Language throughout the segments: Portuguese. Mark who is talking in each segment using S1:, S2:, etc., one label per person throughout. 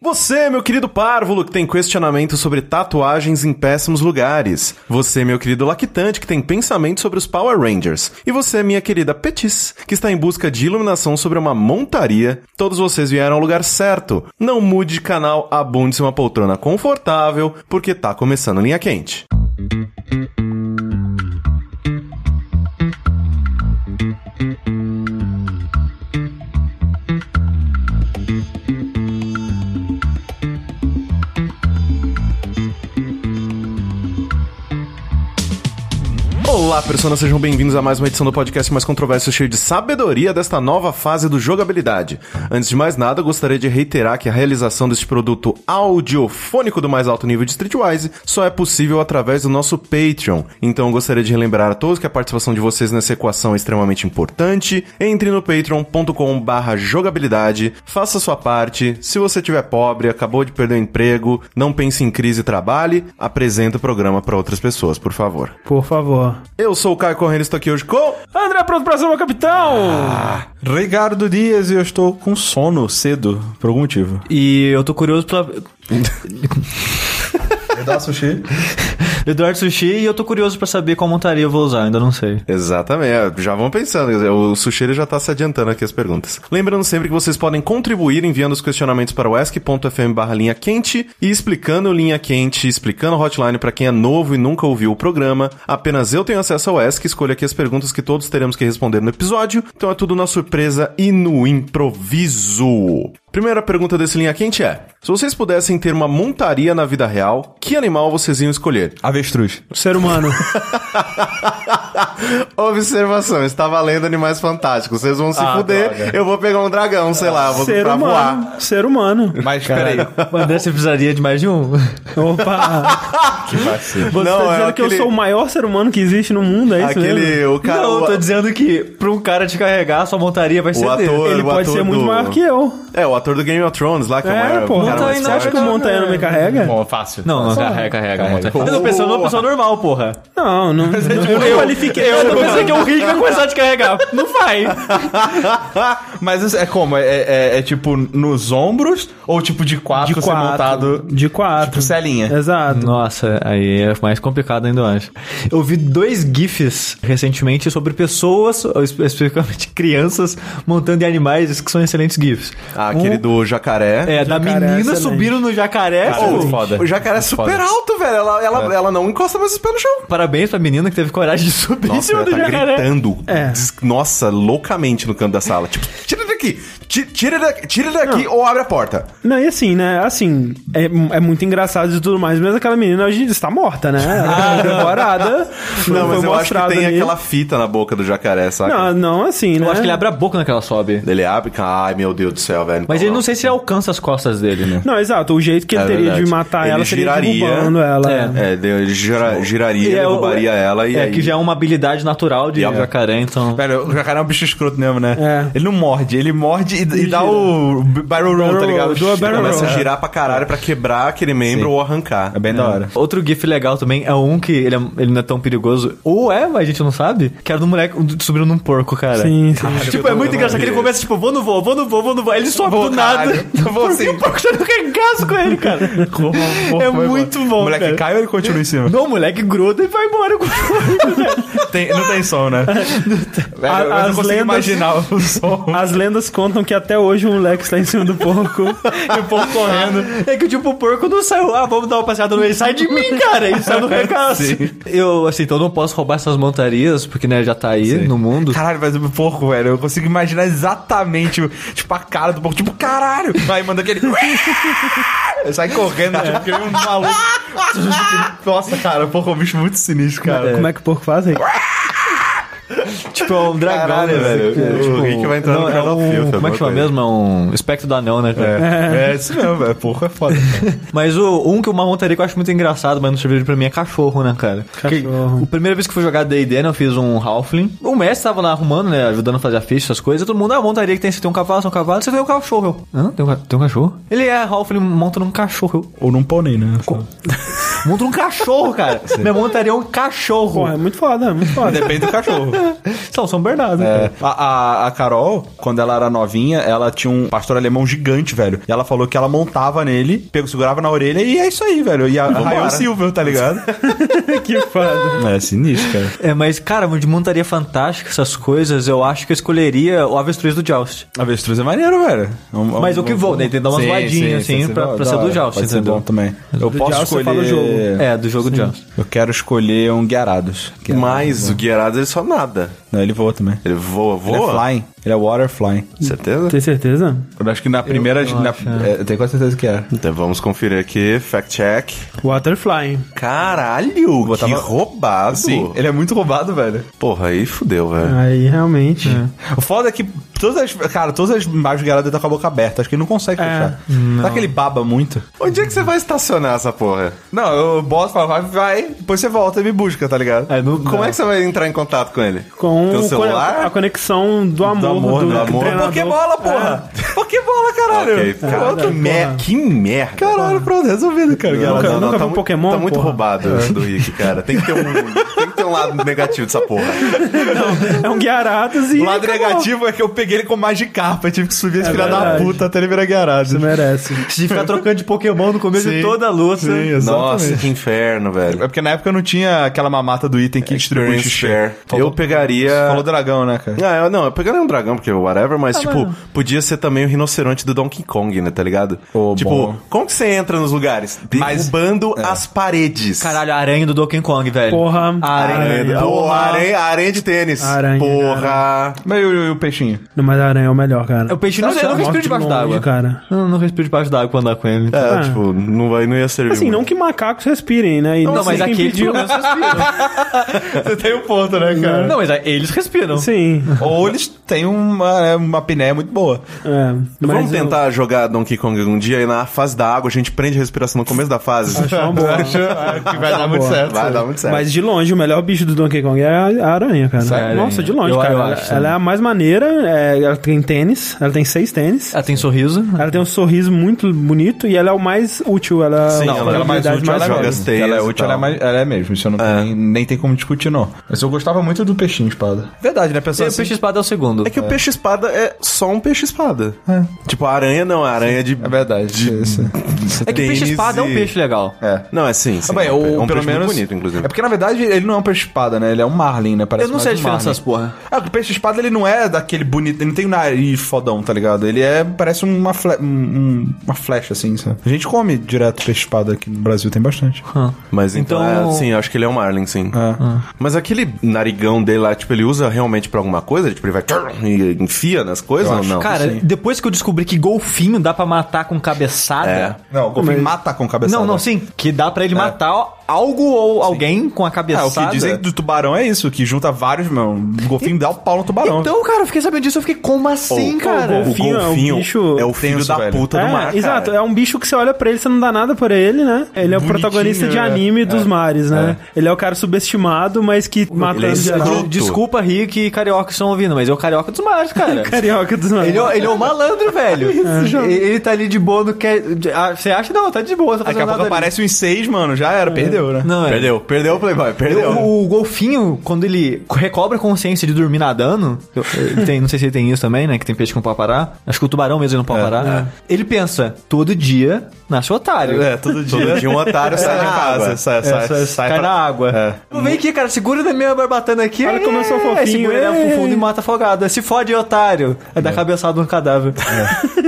S1: Você, meu querido párvulo, que tem questionamento sobre tatuagens em péssimos lugares. Você, meu querido lactante, que tem pensamento sobre os Power Rangers. E você, minha querida Petis, que está em busca de iluminação sobre uma montaria. Todos vocês vieram ao lugar certo. Não mude de canal, abunde-se uma poltrona confortável, porque tá começando linha quente. Olá, personas, sejam bem-vindos a mais uma edição do podcast mais controverso cheio de sabedoria desta nova fase do jogabilidade. Antes de mais nada, eu gostaria de reiterar que a realização deste produto audiofônico do mais alto nível de Streetwise só é possível através do nosso Patreon. Então, eu gostaria de relembrar a todos que a participação de vocês nessa equação é extremamente importante. Entre no patreon.com/barra jogabilidade, faça sua parte. Se você estiver pobre, acabou de perder o emprego, não pense em crise e trabalhe, apresente o programa para outras pessoas, por favor.
S2: Por favor.
S1: Eu sou o Caio Corrêa, estou aqui hoje com...
S2: André, pronto pra meu capitão!
S3: Ricardo Dias e eu estou com sono cedo, por algum motivo.
S4: E eu tô curioso pra.
S3: Pedaço sushi.
S4: Eduardo Sushi e eu tô curioso pra saber qual montaria eu vou usar, ainda não sei.
S1: Exatamente, é, já vão pensando, o Sucheiro já tá se adiantando aqui as perguntas. Lembrando sempre que vocês podem contribuir enviando os questionamentos para o ask.fm barra linha quente e explicando linha quente, explicando hotline para quem é novo e nunca ouviu o programa. Apenas eu tenho acesso ao ask, escolho aqui as perguntas que todos teremos que responder no episódio, então é tudo na surpresa e no improviso. Primeira pergunta desse linha quente é: se vocês pudessem ter uma montaria na vida real, que animal vocês iam escolher?
S3: Avestruz.
S2: Ser humano.
S1: Observação, está valendo animais fantásticos. Vocês vão se fuder, eu vou pegar um dragão, sei lá, vou
S2: Ser
S1: pra
S2: humano.
S1: voar.
S2: Ser humano.
S3: Mas peraí.
S4: O André, você precisaria de mais de um?
S2: Opa! Você
S1: Não, é
S2: tá dizendo que eu
S1: aquele-
S2: sou o maior ser humano que existe no mundo, é isso mesmo?
S1: Aquele, o cara.
S4: não, eu tô
S1: o-
S4: dizendo que pra um cara te carregar, sua montaria vai ser
S1: ator-
S4: dele.
S2: Ele
S1: o
S2: pode
S1: ator
S2: ser muito
S1: do-
S2: maior que eu.
S1: É, o ator do Game of Thrones lá, que é, o
S2: É,
S1: maior.
S2: pô.
S1: o cara mais
S4: Montanha,
S2: Você acha
S1: forte.
S2: que o Montanha não me carrega?
S3: Bom, é fácil. um
S4: Não, não, carrega, carrega.
S3: Carrega.
S4: montaria. Eu tô pensando numa pessoa normal, porra.
S2: Não, não. Eu não qualifiquei.
S4: Eu tô pensando que o Rick vai começar a te carregar. Não vai.
S3: Mas é como? É, é- é tipo nos ombros ou tipo de quatro,
S2: De
S3: ser montado
S2: quatro. De quatro.
S3: tipo celinha?
S2: Exato.
S4: Nossa, aí é mais complicado ainda, eu acho. Eu vi dois GIFs recentemente sobre pessoas, ou espe- especificamente crianças, montando em animais que são excelentes GIFs.
S1: Ah,
S4: Um-
S1: aquele Ah, do jacaré.
S4: É, da
S2: Jacaré,
S4: menina
S2: excelente.
S4: subindo no jacaré.
S3: Cara,
S4: pô.
S3: muito foda.
S1: O jacaré é super alto, velho. Ela, ela, ela não encosta mais os pés no chão.
S4: Parabéns pra menina que teve coragem de subir em
S1: Nossa,
S4: cima
S1: ela
S4: do
S1: tá
S4: jacaré.
S1: gritando.
S2: É.
S1: des- Nossa, loucamente no canto da sala. Tipo, tira daqui, ti- tira daqui, tira daqui ou abre a porta.
S2: Não, e assim, né? Assim, é, é muito engraçado e tudo mais, mas aquela menina hoje está morta, né? Ela foi devorada.
S1: Não, mas
S2: foi
S1: eu acho que
S2: mostrado
S1: tem
S2: ali.
S1: aquela fita na boca do jacaré, sabe?
S2: Não, não, assim, né?
S4: Eu acho
S1: é
S4: que ele abre a boca naquela sobe.
S1: Ele é abre, ai meu Deus do céu, velho.
S4: Mas ele não sei se ele alcança as costas dele, né?
S2: Não, exato. O jeito que ele
S1: É
S2: teria
S1: verdade.
S2: de matar
S1: Ele
S2: ela seria
S1: giraria.
S2: derrubando ela.
S4: É.
S1: É, deu- ele gira- giraria,
S4: E é o-
S1: derrubaria ela e
S4: é,
S1: aí...
S4: que já é uma habilidade natural de
S1: E é um a-
S4: jacaré, então.
S3: Velho, o jacaré é um bicho escroto mesmo, né?
S2: É.
S3: Ele não morde, ele morde e, e dá o b- barrel roll, tá
S2: Barrel
S3: ligado?
S2: roll, do a barrel
S1: Começa a
S2: roll.
S1: girar pra caralho pra quebrar aquele membro ou arrancar.
S3: É bem da hora.
S4: Outro GIF legal também é um que ele, é- ele não é tão perigoso. Ou é, mas a gente não sabe. Que era do moleque do- subindo num porco, cara.
S2: Sim, sim.
S4: Tipo, é muito engraçado que ele começa, tipo, vou no voo, vou no voo, vou no voo. Aí ele sobe
S3: Vou,
S4: do nada.
S3: caralho. Eu vou
S4: E
S3: assim.
S4: o porco tá no regaço com ele, cara. é muito bom,
S3: O moleque
S4: cara.
S3: cai ou ele continua em cima?
S4: Não, o moleque gruda e vai embora.
S3: Tem- não tem som, né? Velho, eu
S2: As
S3: não consigo
S2: lendas-
S3: imaginar o som.
S2: As lendas contam que até hoje o moleque está em cima do porco.
S4: E o porco correndo. É que, tipo, o porco não saiu. Ah, vamos dar uma passeada no meio. Sai de mim, cara. Ele sai no regaço. Eu, assim, então não posso roubar essas montarias, porque, né, já tá aí no mundo.
S3: Caralho, mas o porco, velho, eu consigo imaginar exatamente, o- tipo, a cara do porco, tipo, caralho! Aí manda aquele. Sai correndo, tipo, que nem um maluco. Nossa, cara, o porco é um bicho muito sinistro, cara.
S2: Como é que o porco faz aí?
S4: Tipo, é um dragão,
S1: Caralho,
S4: né,
S1: velho.
S4: velho?
S1: O Rick vai entrar no
S4: é
S1: Call of Duty,
S4: um, Como é
S1: alguma
S4: que chama
S1: coisa.
S4: mesmo? É um espectro do anel, né, cara?
S3: É, é isso mesmo, velho. Porco é foda.
S4: Mas o, um que uma montaria que eu acho muito engraçado, mas não serviu pra mim, é cachorro, né, cara?
S2: Cachorro.
S4: Porque a primeira vez que eu fui jogar D&D, né, eu fiz um halfling. O mestre tava lá arrumando, né, ajudando a fazer a ficha, essas coisas. Todo mundo, ah, montaria que tem, você tem um cavalo, você tem um cavalo, você tem um cachorro. Eu, hã? Tem um, ca- tem um cachorro? Ele é halfling, monta num cachorro. Eu,
S3: Ou num pônei, né?
S4: Monta um cachorro, cara. Minha montaria é um cachorro.
S2: Pô, é muito foda, é muito
S4: Ah,
S2: foda.
S3: Depende do cachorro.
S4: São São Bernardo.
S3: É. A, a- a Carol, quando ela era novinha, ela tinha um pastor alemão gigante, velho. E ela falou que ela montava nele, pegou, segurava na orelha e é isso aí, velho. E a Rayon Silver, tá ligado?
S2: que foda.
S3: é sinistro, cara.
S4: É, mas, cara, de montaria fantástica, essas coisas, eu acho que eu escolheria o avestruz do Joust.
S3: Avestruz é maneiro, velho. É um- é um-
S4: Mas o que vou, né? Tem que dar umas
S3: Sim,
S4: voadinhas,
S3: sim,
S4: assim,
S3: sim,
S4: pra-
S3: da-
S4: pra
S3: da
S4: ser do
S3: hora.
S4: Joust,
S3: Pode ser
S4: entendeu?
S3: bom também. Eu
S2: do
S3: posso
S2: Joust você
S3: escolher...
S2: fala o jogo.
S4: É, do jogo do Joust.
S3: Eu quero escolher um Guiarados. Guiarados,
S1: É. Mas o Guiarados ele só nada.
S3: Não, ele voa também.
S1: Ele voa, voa.
S3: Ele é flying. Ele é water flying.
S1: Certeza?
S2: Tem certeza?
S3: Eu acho que na primeira...
S4: eu
S3: na-
S4: acho, é.
S3: é, eu tenho quase certeza que é.
S1: Então vamos conferir aqui, fact check.
S2: Waterfly.
S1: Caralho,
S3: Botava-
S1: que roubado.
S3: Sim, ele é muito roubado, velho.
S1: Porra, aí fudeu, velho.
S2: Aí realmente.
S3: O foda é que todas as, cara, todas as imagens do Geraldo tá com a boca aberta. Acho que ele não consegue
S2: É,
S3: fechar. Será que ele baba muito?
S1: Onde é que você vai estacionar essa porra?
S3: Não, eu boto, falo, vai, vai, depois você volta e me busca, tá ligado?
S4: É, não-
S1: Como é que você vai entrar em contato com ele?
S2: Com
S1: Teu celular?
S2: a conexão do amor do,
S1: amor, do amor.
S2: treinador.
S3: né? é
S2: É.
S3: Pokébola, porra! Pokébola, caralho!
S1: Ok,
S3: Pronto.
S1: cara, que, mer- que merda.
S3: Caralho, pronto, resolvido, cara.
S1: Não,
S3: Geraldo.
S2: nunca- nunca
S1: tá
S2: vi um
S1: mu-
S2: Pokémon,
S1: Tá muito
S2: porra. É.
S1: roubado isso do Rick, cara. Tem que, ter um, tem que ter um lado negativo dessa porra.
S2: É um Guiarados e.
S3: O lado
S2: acabou. É
S3: negativo é que eu peguei ele com Magikarpa, eu tive que subir esse filho da
S2: verdade.
S3: puta até ele virar Gerardo.
S2: Você merece.
S4: Se ficar trocando de Pokémon no começo de toda a luta.
S1: Nossa, que inferno, velho.
S3: É porque na época não tinha aquela mamata do item que distribui
S1: Experience
S3: xixi.
S1: share.
S3: Falou-
S1: Eu pegaria...
S3: Falou dragão, né, cara?
S1: Ah, eu não, eu pegaria um dragão, porque whatever, mas, tipo, podia ser também o rinoceronte do Donkey Kong, né, tá ligado?
S3: Ô,
S1: tipo,
S3: bom.
S1: como que você entra nos lugares?
S3: Mas-
S1: Derrubando
S2: é.
S1: as paredes.
S4: Caralho, a aranha do Donkey Kong, velho.
S2: Porra.
S4: A
S1: Aranha,
S4: aranha.
S1: Porra,
S4: Porra.
S1: aranha, aranha de tênis.
S2: Aranha,
S1: Porra.
S3: Mas e o- e o peixinho?
S2: Não, mas a aranha é o melhor, cara.
S4: O peixe não,
S2: Nossa,
S4: eu nunca
S2: morre
S4: respiro debaixo
S2: longe,
S4: d'água.
S2: cara.
S4: Eu nunca respiro debaixo d'água quando andar com ele.
S1: É,
S2: Ah.
S1: tipo, não, vai, não ia servir.
S2: Assim, não
S1: muito.
S2: que macacos respirem, né? E
S4: Não, mas
S2: sei quem
S4: aqui tipo,
S2: pediu.
S4: eles pelo menos respiram.
S3: Você tem um ponto, né, cara?
S4: Não, mas aí eles respiram.
S2: Sim.
S3: Ou eles têm uma, é, uma apneia muito boa.
S2: É, mas
S1: Vamos tentar jogar Donkey Kong um dia e na fase da água a gente prende a respiração no começo da fase.
S2: Eu... Acho uma boa.
S3: que vai dar
S2: muito
S4: é
S2: certo.
S1: Vai dar muito certo.
S2: Mas de longe, o melhor bicho do Donkey Kong é a a aranha, cara.
S4: Essa é a aranha.
S2: Nossa, de longe,
S4: Eu-
S2: cara.
S4: eu
S2: ela,
S4: acho,
S2: ela é
S4: né?
S2: a mais maneira, é, ela tem tênis, ela tem seis tênis.
S4: Ela Ah, tem sorriso.
S2: Ela tem um sorriso muito bonito e ela é o mais útil. Ela,
S1: Sim,
S2: ela,
S1: ela é
S2: é a
S1: mais
S2: habilidade
S1: útil,
S2: mais
S1: ela joga
S2: velha.
S1: as teias
S3: Ela é
S1: e
S3: útil,
S1: tal.
S3: ela é, mais, ela é mesmo. Isso eu não tem- nem tem como discutir, não. Mas eu gostava muito do peixinho espada. Verdade, né,
S4: E
S3: pessoal?
S4: o peixe espada é o segundo.
S1: É que o peixe-espada é só um peixe-espada. Tipo, a aranha não, a aranha de.
S3: É verdade. isso.
S4: É que o
S1: tênis
S4: peixe espada é um
S1: e-
S4: peixe legal.
S3: É.
S1: Não, é sim. sim
S3: Ah, bem,
S1: é um
S3: o-
S1: pe- é um
S3: pelo
S1: peixe muito
S3: menos.
S1: bonito, inclusive.
S3: É porque, na verdade, ele não é um peixe-espada, né? Ele é um marlin, né? Parece
S4: Eu não
S3: mais
S4: sei a
S3: um
S4: diferença
S3: marlin.
S4: dessas porra.
S3: Ah, o peixe-espada, ele não é daquele bonito... Ele não tem um nariz fodão, tá ligado? Ele é... Parece uma, fle- um- um- uma flecha, assim, sabe? A gente come direto peixe-espada aqui no Brasil, tem bastante.
S1: Mas então,
S4: Então-
S1: é, sim, eu acho que ele é um Marlin, sim.
S3: É.
S1: Mas aquele narigão dele lá, tipo, ele usa realmente pra alguma coisa? Tipo, ele vai tchurr e enfia nas coisas
S3: Eu
S1: ou
S3: acho.
S1: não?
S4: Cara, depois que eu descobri que golfinho dá pra matar com cabeçada.
S3: Não, o golfinho
S2: Mas-
S3: mata com cabeçada.
S4: Não, não, sim. Que dá pra ele matar algo ou alguém com a
S3: É,
S4: cabeçada.
S3: o que dizem do tubarão é isso, que junta vários, meu. O golfinho dá o pau no tubarão.
S4: Então, cara, eu fiquei sabendo disso, eu fiquei, como assim,
S1: Ou-
S4: cara?
S1: O golfinho,
S2: Golfinho é
S1: é,
S2: um
S1: o
S2: bicho
S1: filho
S3: tenso,
S1: da
S3: velho.
S1: puta do
S2: é,
S1: mar. cara.
S2: exato, é um bicho que você olha pra ele, você não dá nada por ele, né? Ele é o
S3: Bonitinho,
S2: protagonista de
S3: é.
S2: anime dos mares, né? Ele é o cara subestimado, mas que mata
S1: é
S2: em geral.
S1: escroto.
S4: Desculpa, Rick e Carioca que estão ouvindo, mas é o Carioca dos Mares, cara.
S2: Carioca dos mares.
S4: Ele é, ele é um malandro, velho. Ele, ele tá ali de boa, não quer. ah, Você acha? Não, tá de boa, não tá
S3: Daqui
S4: fazendo
S3: a pouco
S4: nada ali.
S3: aparece uns seis, mano. Já era, perdeu, né?
S4: Não, é.
S1: Perdeu, perdeu o Playboy, perdeu.
S4: O, o golfinho, quando ele recobra a consciência de dormir nadando, eu- ele tem, não sei se ele tem isso também, né? Que tem peixe com pau parar. Acho que o tubarão mesmo ele não pau
S3: É.
S4: parar. Ele pensa, todo dia nasce otário.
S3: É, todo dia.
S1: Todo dia um otário sai de
S3: na
S1: casa.
S3: água. Sai,
S4: É, sai, cai na água. Não Vem aqui, cara, segura na minha barbatana aqui.
S2: Olha como eu sou
S4: É,
S2: fofinho,
S4: Segura ela
S2: é.
S4: pro fundo e mata afogada. Se fode, otário. É da cabeçada no cadáver.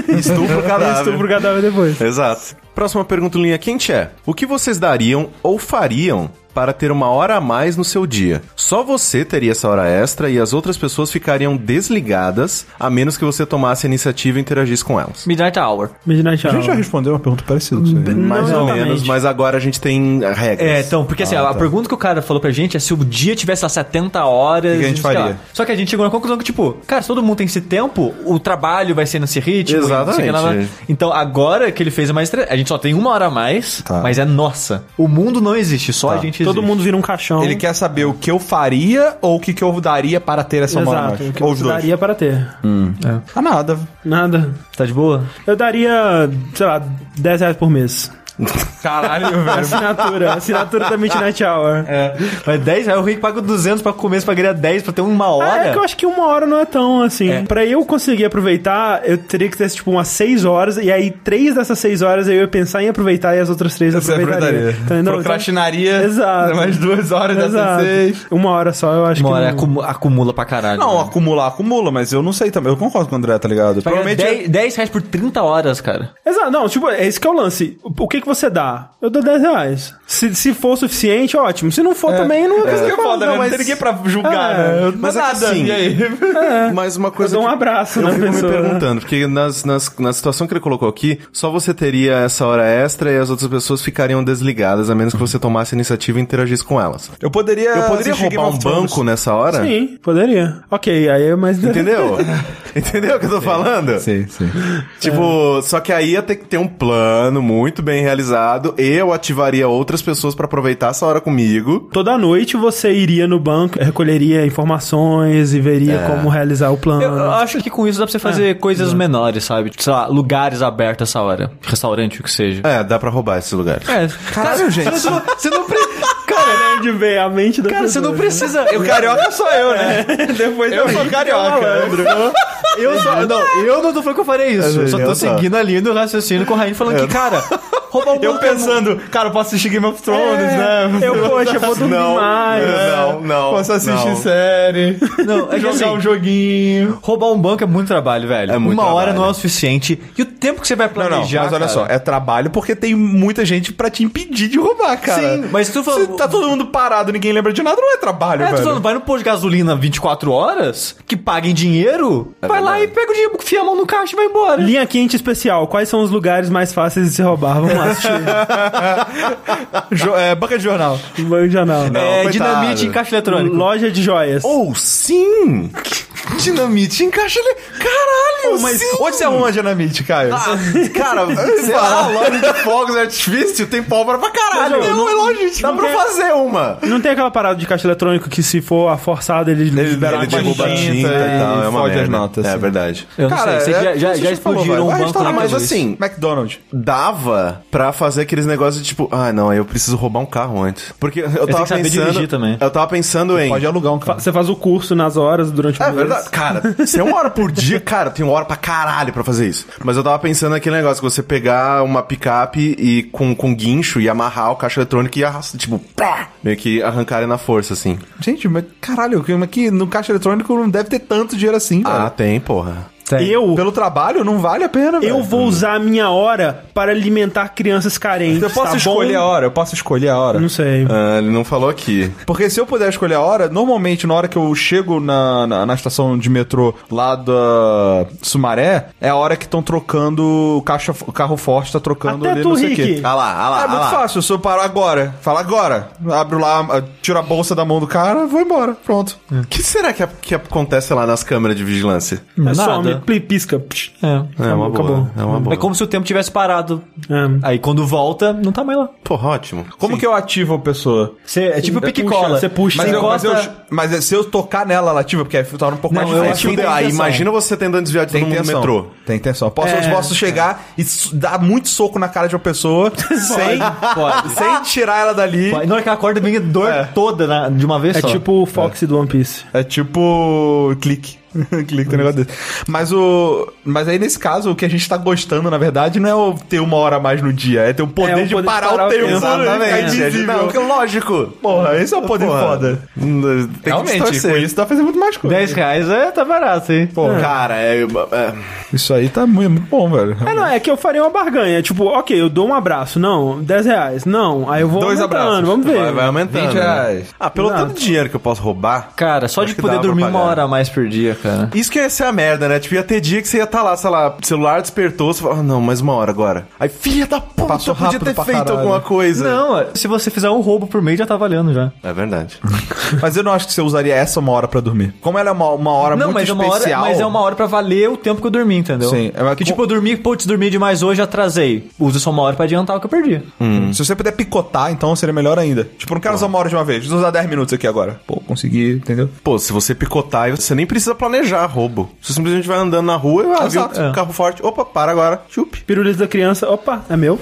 S1: Estupro o
S2: Ele
S1: cadáver.
S2: estupra o cadáver depois.
S1: Exato. Próxima pergunta linha quente é: O que vocês dariam ou fariam para ter uma hora a mais no seu dia? Só você teria essa hora extra e as outras pessoas ficariam desligadas, a menos que você tomasse a iniciativa e interagisse com elas.
S4: Midnight Hour.
S2: Midnight
S3: A gente já
S2: Hour.
S3: respondeu uma pergunta parecida com isso aí.
S1: Mais ou
S2: exatamente.
S1: menos, mas agora a gente tem regras.
S4: É, então, porque assim, a a pergunta que o cara falou pra gente é se o dia tivesse lá 70 horas.
S3: O que a gente
S4: sei lá.
S3: faria?
S4: Só que a gente chegou na conclusão que, tipo, cara, se todo mundo tem esse tempo, o trabalho vai ser nesse ritmo. e não sei o que lá, lá.
S1: Exatamente.
S4: Então, agora que ele fez a mais. tre- A gente só tem uma hora a mais,
S3: Tá.
S4: mas é nossa. O mundo não existe, só a gente existe.
S2: Todo mundo vira um caixão.
S3: Ele quer saber o que eu faria ou o que, que eu daria para ter essa moral.
S2: Exato, o que
S3: Ou
S2: eu
S3: os dois.
S2: daria para ter.
S3: Ah, nada.
S2: Nada.
S4: Tá de boa?
S2: Eu daria, sei lá, 10 reais por mês.
S3: Caralho, velho.
S2: Assinatura, assinatura da Midnight Hour. É,
S4: Mas 10 reais, o Rick paga 200 pra começo pra ganhar 10 pra ter uma hora.
S2: é que eu acho que uma hora não é tão assim. Pra eu conseguir aproveitar, eu teria que ter tipo umas 6 horas, e aí três dessas 6 horas eu ia pensar em aproveitar e as outras três eu
S3: Você
S2: aproveitaria.
S4: É.
S3: aproveitaria.
S2: Então, não,
S3: Procrastinaria.
S2: Exato.
S3: Mais duas horas dessas
S2: Exato.
S3: seis. é
S2: Uma hora só, eu acho
S4: Uma
S2: que. um
S4: hora é
S2: não-
S4: acumu- acumula pra caralho.
S3: Não,
S4: né?
S3: acumular, acumula, mas eu não sei também. Eu concordo com o André, tá ligado?
S4: Paga
S3: Provavelmente.
S4: 10, 10 reais por 30 horas, cara.
S2: Exato, não, tipo, é esse que é o lance. O o que que você dá? Eu dou 10 reais. Se, se for suficiente, ótimo. Se não for também, não
S3: Isso que é foda, né?
S2: não,
S3: Não tem ninguém pra julgar,
S2: É,
S3: né?
S1: mas é que assim-
S3: E aí?
S1: Mas uma
S2: Eu
S1: coisa.
S2: dou um
S1: que-
S2: abraço
S1: Eu
S2: na
S1: fico
S2: pessoa.
S1: me perguntando, porque nas, nas, na situação que ele colocou aqui, só você teria essa hora extra e as outras pessoas ficariam desligadas, a menos que você tomasse a iniciativa e interagisse com elas.
S3: Eu poderia.
S2: Ah,
S1: Eu poderia
S3: assistir Game
S1: roubar um
S3: of Thrones.
S1: banco nessa hora?
S2: Sim, poderia. Ok, aí é mais.
S1: Entendeu? Entendeu o que eu tô falando?
S3: Sim, sim.
S1: Tipo, só que aí ia ter que ter um plano muito bem realizado. Eu ativaria outras pessoas pra aproveitar essa hora comigo.
S2: Toda noite você iria no banco, recolheria informações e veria
S1: É.
S2: como realizar o plano.
S4: Eu, eu acho que com isso dá pra você
S2: É.
S4: fazer coisas
S2: Uhum.
S4: menores, sabe? Tipo, Sei lá, lugares abertos essa hora. Restaurante, o que seja.
S1: É, dá pra roubar esse lugar.
S4: É,
S3: Caralho, gente.
S4: Você não, você não pre-
S2: Cara, de ver a mente da
S4: cara, você
S2: pessoa.
S4: não precisa.
S3: O carioca sou eu, né?
S2: Depois
S3: Eu sou carioca. né?
S4: Eu só, não, eu não tô falando que eu faria isso.
S3: É,
S4: Eu só tô
S1: eu só.
S4: seguindo a linha do raciocínio com o Rainha falando que, cara, roubar um
S3: Eu
S4: banco é muito- É,
S3: pensando, cara, eu posso assistir Game of Thrones, né?
S2: É, Eu, poxa, eu vou dormir
S1: Não,
S2: mais.
S1: não, não.
S3: É, Posso assistir
S1: não.
S3: série.
S4: Não, é que
S3: jogar
S4: assim-
S3: um joguinho.
S4: Roubar um banco é muito trabalho, velho.
S1: É muito
S4: Uma hora
S1: trabalho.
S4: não é o suficiente. E o tempo que você vai
S3: Não,
S4: planejar.
S3: não, mas olha
S4: cara?
S3: só, é trabalho porque tem muita gente pra te impedir de roubar, cara.
S4: Sim, mas tu falou-
S3: Se tá todo mundo parado, ninguém lembra de nada, não é trabalho,
S4: É,
S3: velho.
S4: tu falando, vai no posto de gasolina 24 horas, que paguem dinheiro,
S3: É
S4: vai lá e pega o dinheiro, enfia a mão no caixa e vai
S1: É.
S4: embora.
S2: Linha quente especial. Quais são os lugares mais fáceis de se roubar? Vamos lá assistir.
S3: Jo- é, banca de jornal.
S2: Banco de jornal.
S1: Não,
S4: é,
S1: coitado.
S4: dinamite em caixa eletrônico.
S2: Loja de joias.
S1: Ou sim!
S3: Dinamite encaixa ele. Caralho, mas
S1: tá?
S3: onde você arruma dinamite, Caio?
S4: Ah,
S1: Cara, sei lá, loja de fogos de artifício tem pólvora pra caralho.
S2: Mas, ô, não-
S1: lógico, dá
S2: não
S1: pra
S2: tem-
S1: fazer uma.
S2: Não tem aquela parada de caixa eletrônico que se for a forçada ele, libera
S1: Ele
S2: uma
S1: derruba
S2: tinta.
S1: tinta e tal, é uma
S3: fode as
S1: merda.
S3: notas,
S1: é
S3: assim.
S1: verdade.
S4: Eu não sei, sei que já, já,
S3: você
S4: já
S3: falou,
S4: explodiram
S3: vai,
S4: um banco
S3: vai
S4: lá
S3: restaurar,
S4: em
S3: Mas
S4: Cabo Frio.
S3: assim, McDonald's.
S1: Dava pra fazer aqueles negócios de tipo, ah, não, eu preciso roubar um carro antes. Porque eu
S4: tem
S1: tava
S4: que saber
S1: pensando,
S4: dirigir também.
S1: eu tava pensando em
S3: Pode alugar um carro.
S2: Você faz o curso nas horas durante o
S1: É
S2: mês.
S1: verdade. Cara, se é uma hora por dia, cara, tem uma hora pra caralho pra fazer isso. Mas eu tava pensando naquele negócio, que você pegar uma picape e com, com guincho e amarrar o caixa eletrônico e arrastar, tipo, pá, meio que arrancar ele na força, assim.
S3: Gente, mas caralho, mas que no caixa eletrônico não deve ter tanto dinheiro assim,
S1: Ah,
S3: velho.
S1: tem, porra.
S2: Eu,
S3: Pelo trabalho, não vale a pena, velho.
S2: eu vou usar a minha hora para alimentar crianças carentes.
S3: Eu posso
S2: tá
S3: escolher
S2: bom?
S3: a hora, eu posso escolher a hora.
S2: Não sei.
S1: Ah, ele não falou aqui.
S3: Porque se eu puder escolher a hora, normalmente na hora que eu chego na, na, na estação de metrô lá da Sumaré, é a hora que estão trocando o, caixa, o carro forte, tá trocando
S2: Até
S3: ali,
S2: tu,
S3: não sei o
S2: Rick.
S3: quê.
S1: Ah lá, ah lá,
S3: é
S1: ah
S3: muito
S1: lá.
S3: fácil, se eu paro agora, fala agora, abro lá, ah, tiro a bolsa da mão do cara, vou embora, pronto.
S1: O que será que, é, que acontece lá nas câmeras de vigilância?
S2: É só
S4: nada.
S2: me pli- pisca. Psh.
S4: É.
S1: É uma boa,
S2: acabou.
S1: é uma boa.
S4: É como se o tempo tivesse parado.
S2: É.
S4: Aí quando volta, não tá mais lá.
S1: Porra, ótimo.
S3: Como que eu ativo a pessoa?
S4: Você, é tipo
S2: Puxa,
S4: pique-cola.
S2: você puxa.
S3: Mas,
S4: você
S3: eu, mas,
S4: encosta...
S3: eu- mas é, se eu tocar nela, ela ativa, porque aí tá um pouco
S4: Não,
S3: mais
S4: eu
S1: Aí
S3: difícil.
S4: acho que
S1: fudeu,
S4: tem
S1: Tipo, aí
S4: intenção.
S1: imagina você tentando desviar de todo mundo no metrô.
S3: Tem intenção. Posso,
S2: É.
S3: Eu posso chegar e su- dar muito soco na cara de uma pessoa sem,
S4: pode.
S3: sem tirar ela dali.
S4: Pô, Na hora que ela acorda, vem a dor
S3: É.
S4: toda na- de uma vez
S2: É
S4: só.
S2: tipo o Fox do One Piece.
S3: É tipo clique. clique tem um negócio desse. Mas o. Mas aí, nesse caso, o que a gente tá gostando, na verdade, não é o ter uma hora a mais no dia, é ter o poder,
S2: É, o
S3: de,
S2: poder de
S3: parar
S2: parar
S3: o
S2: o
S3: tempo.
S2: tempo.
S3: Ficar
S1: Exatamente.
S3: é
S1: é
S3: invisível.
S1: Não, que lógico.
S3: Porra, esse é o poder
S1: Porra.
S3: foda.
S1: Hum, Tem que
S3: Realmente,
S1: distorcer.
S3: com isso dá pra fazer muito mais coisa.
S4: 10 reais é, tá barato, hein?
S3: Pô, cara,
S1: Cara, é, é-
S3: isso aí tá muito, muito bom, velho.
S2: É, não, é que eu faria uma barganha. Tipo, ok, eu dou um abraço. Não, 10 reais. Não, aí eu vou
S3: Dois
S2: aumentando,
S3: abraços.
S2: Vamos ver.
S1: vai, vai aumentando.
S3: 20
S1: né?
S3: reais.
S1: Ah, pelo
S2: Exato.
S1: tanto de dinheiro que eu posso roubar.
S4: Cara, só
S1: Acho
S4: de
S1: que
S4: poder
S1: dava pra
S4: dormir uma
S1: pagar.
S4: hora a mais por dia, cara.
S1: Isso que ia ser a merda, né? Tipo, ia ter dia que você ia estar lá, sei lá, celular despertou, você fala, ah, não, mais uma hora agora. Aí, filha da puta,
S3: Passou
S1: podia
S3: rápido
S1: ter
S3: pra
S1: feito
S3: caralho.
S1: alguma
S3: é.
S1: coisa.
S4: Não, se você fizer um roubo por mês, já tá valendo já.
S1: É verdade.
S3: Mas eu não acho que você usaria essa uma hora pra dormir. Como ela é uma, uma hora
S4: não,
S3: muito
S4: mas, é uma hora,
S3: especial.
S4: mas é uma hora pra valer o tempo que eu dormi, entendeu?
S3: Sim, é uma-
S4: que tipo, eu dormi, putz, dormi demais hoje, atrasei. Usa só uma hora pra adiantar o que eu perdi.
S3: hum, Se você puder picotar, então seria melhor ainda. Tipo, não quero usar uma hora de uma vez. Vou usar 10 minutos aqui agora. Pô, consegui, entendeu?
S1: Pô, se você picotar, você nem precisa planejar roubo. Você simplesmente vai andando na rua e ah, viu
S3: Exato.
S1: um carro forte, opa, para agora, chup.
S2: Pirulito da criança, opa, é meu.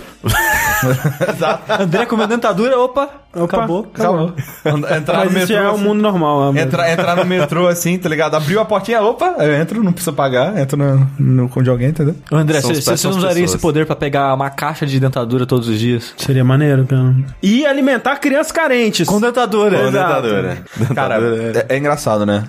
S4: André comeu dentadura, opa,
S2: Opa,
S4: acabou.
S2: acabou.
S3: And- Entrar
S2: Mas
S3: no
S2: isso já
S3: metrô.
S2: é o
S3: assim,
S2: mundo normal, né?
S3: Entrar, entrar no metrô assim, tá ligado? Abriu a portinha, opa, eu entro, não precisa pagar, entro no, no com de alguém, entendeu?
S4: Ô, André,
S1: São
S4: você
S1: os
S4: você
S1: pés, são
S4: não
S1: as
S4: usaria
S1: pessoas.
S4: esse poder pra pegar uma caixa de dentadura todos os dias?
S2: Seria maneiro, cara. E alimentar crianças carentes.
S4: Com dentadura.
S1: Ô,
S2: Exato.
S1: dentadura.
S3: Cara,
S1: Dentadura é-
S3: é, é engraçado, né?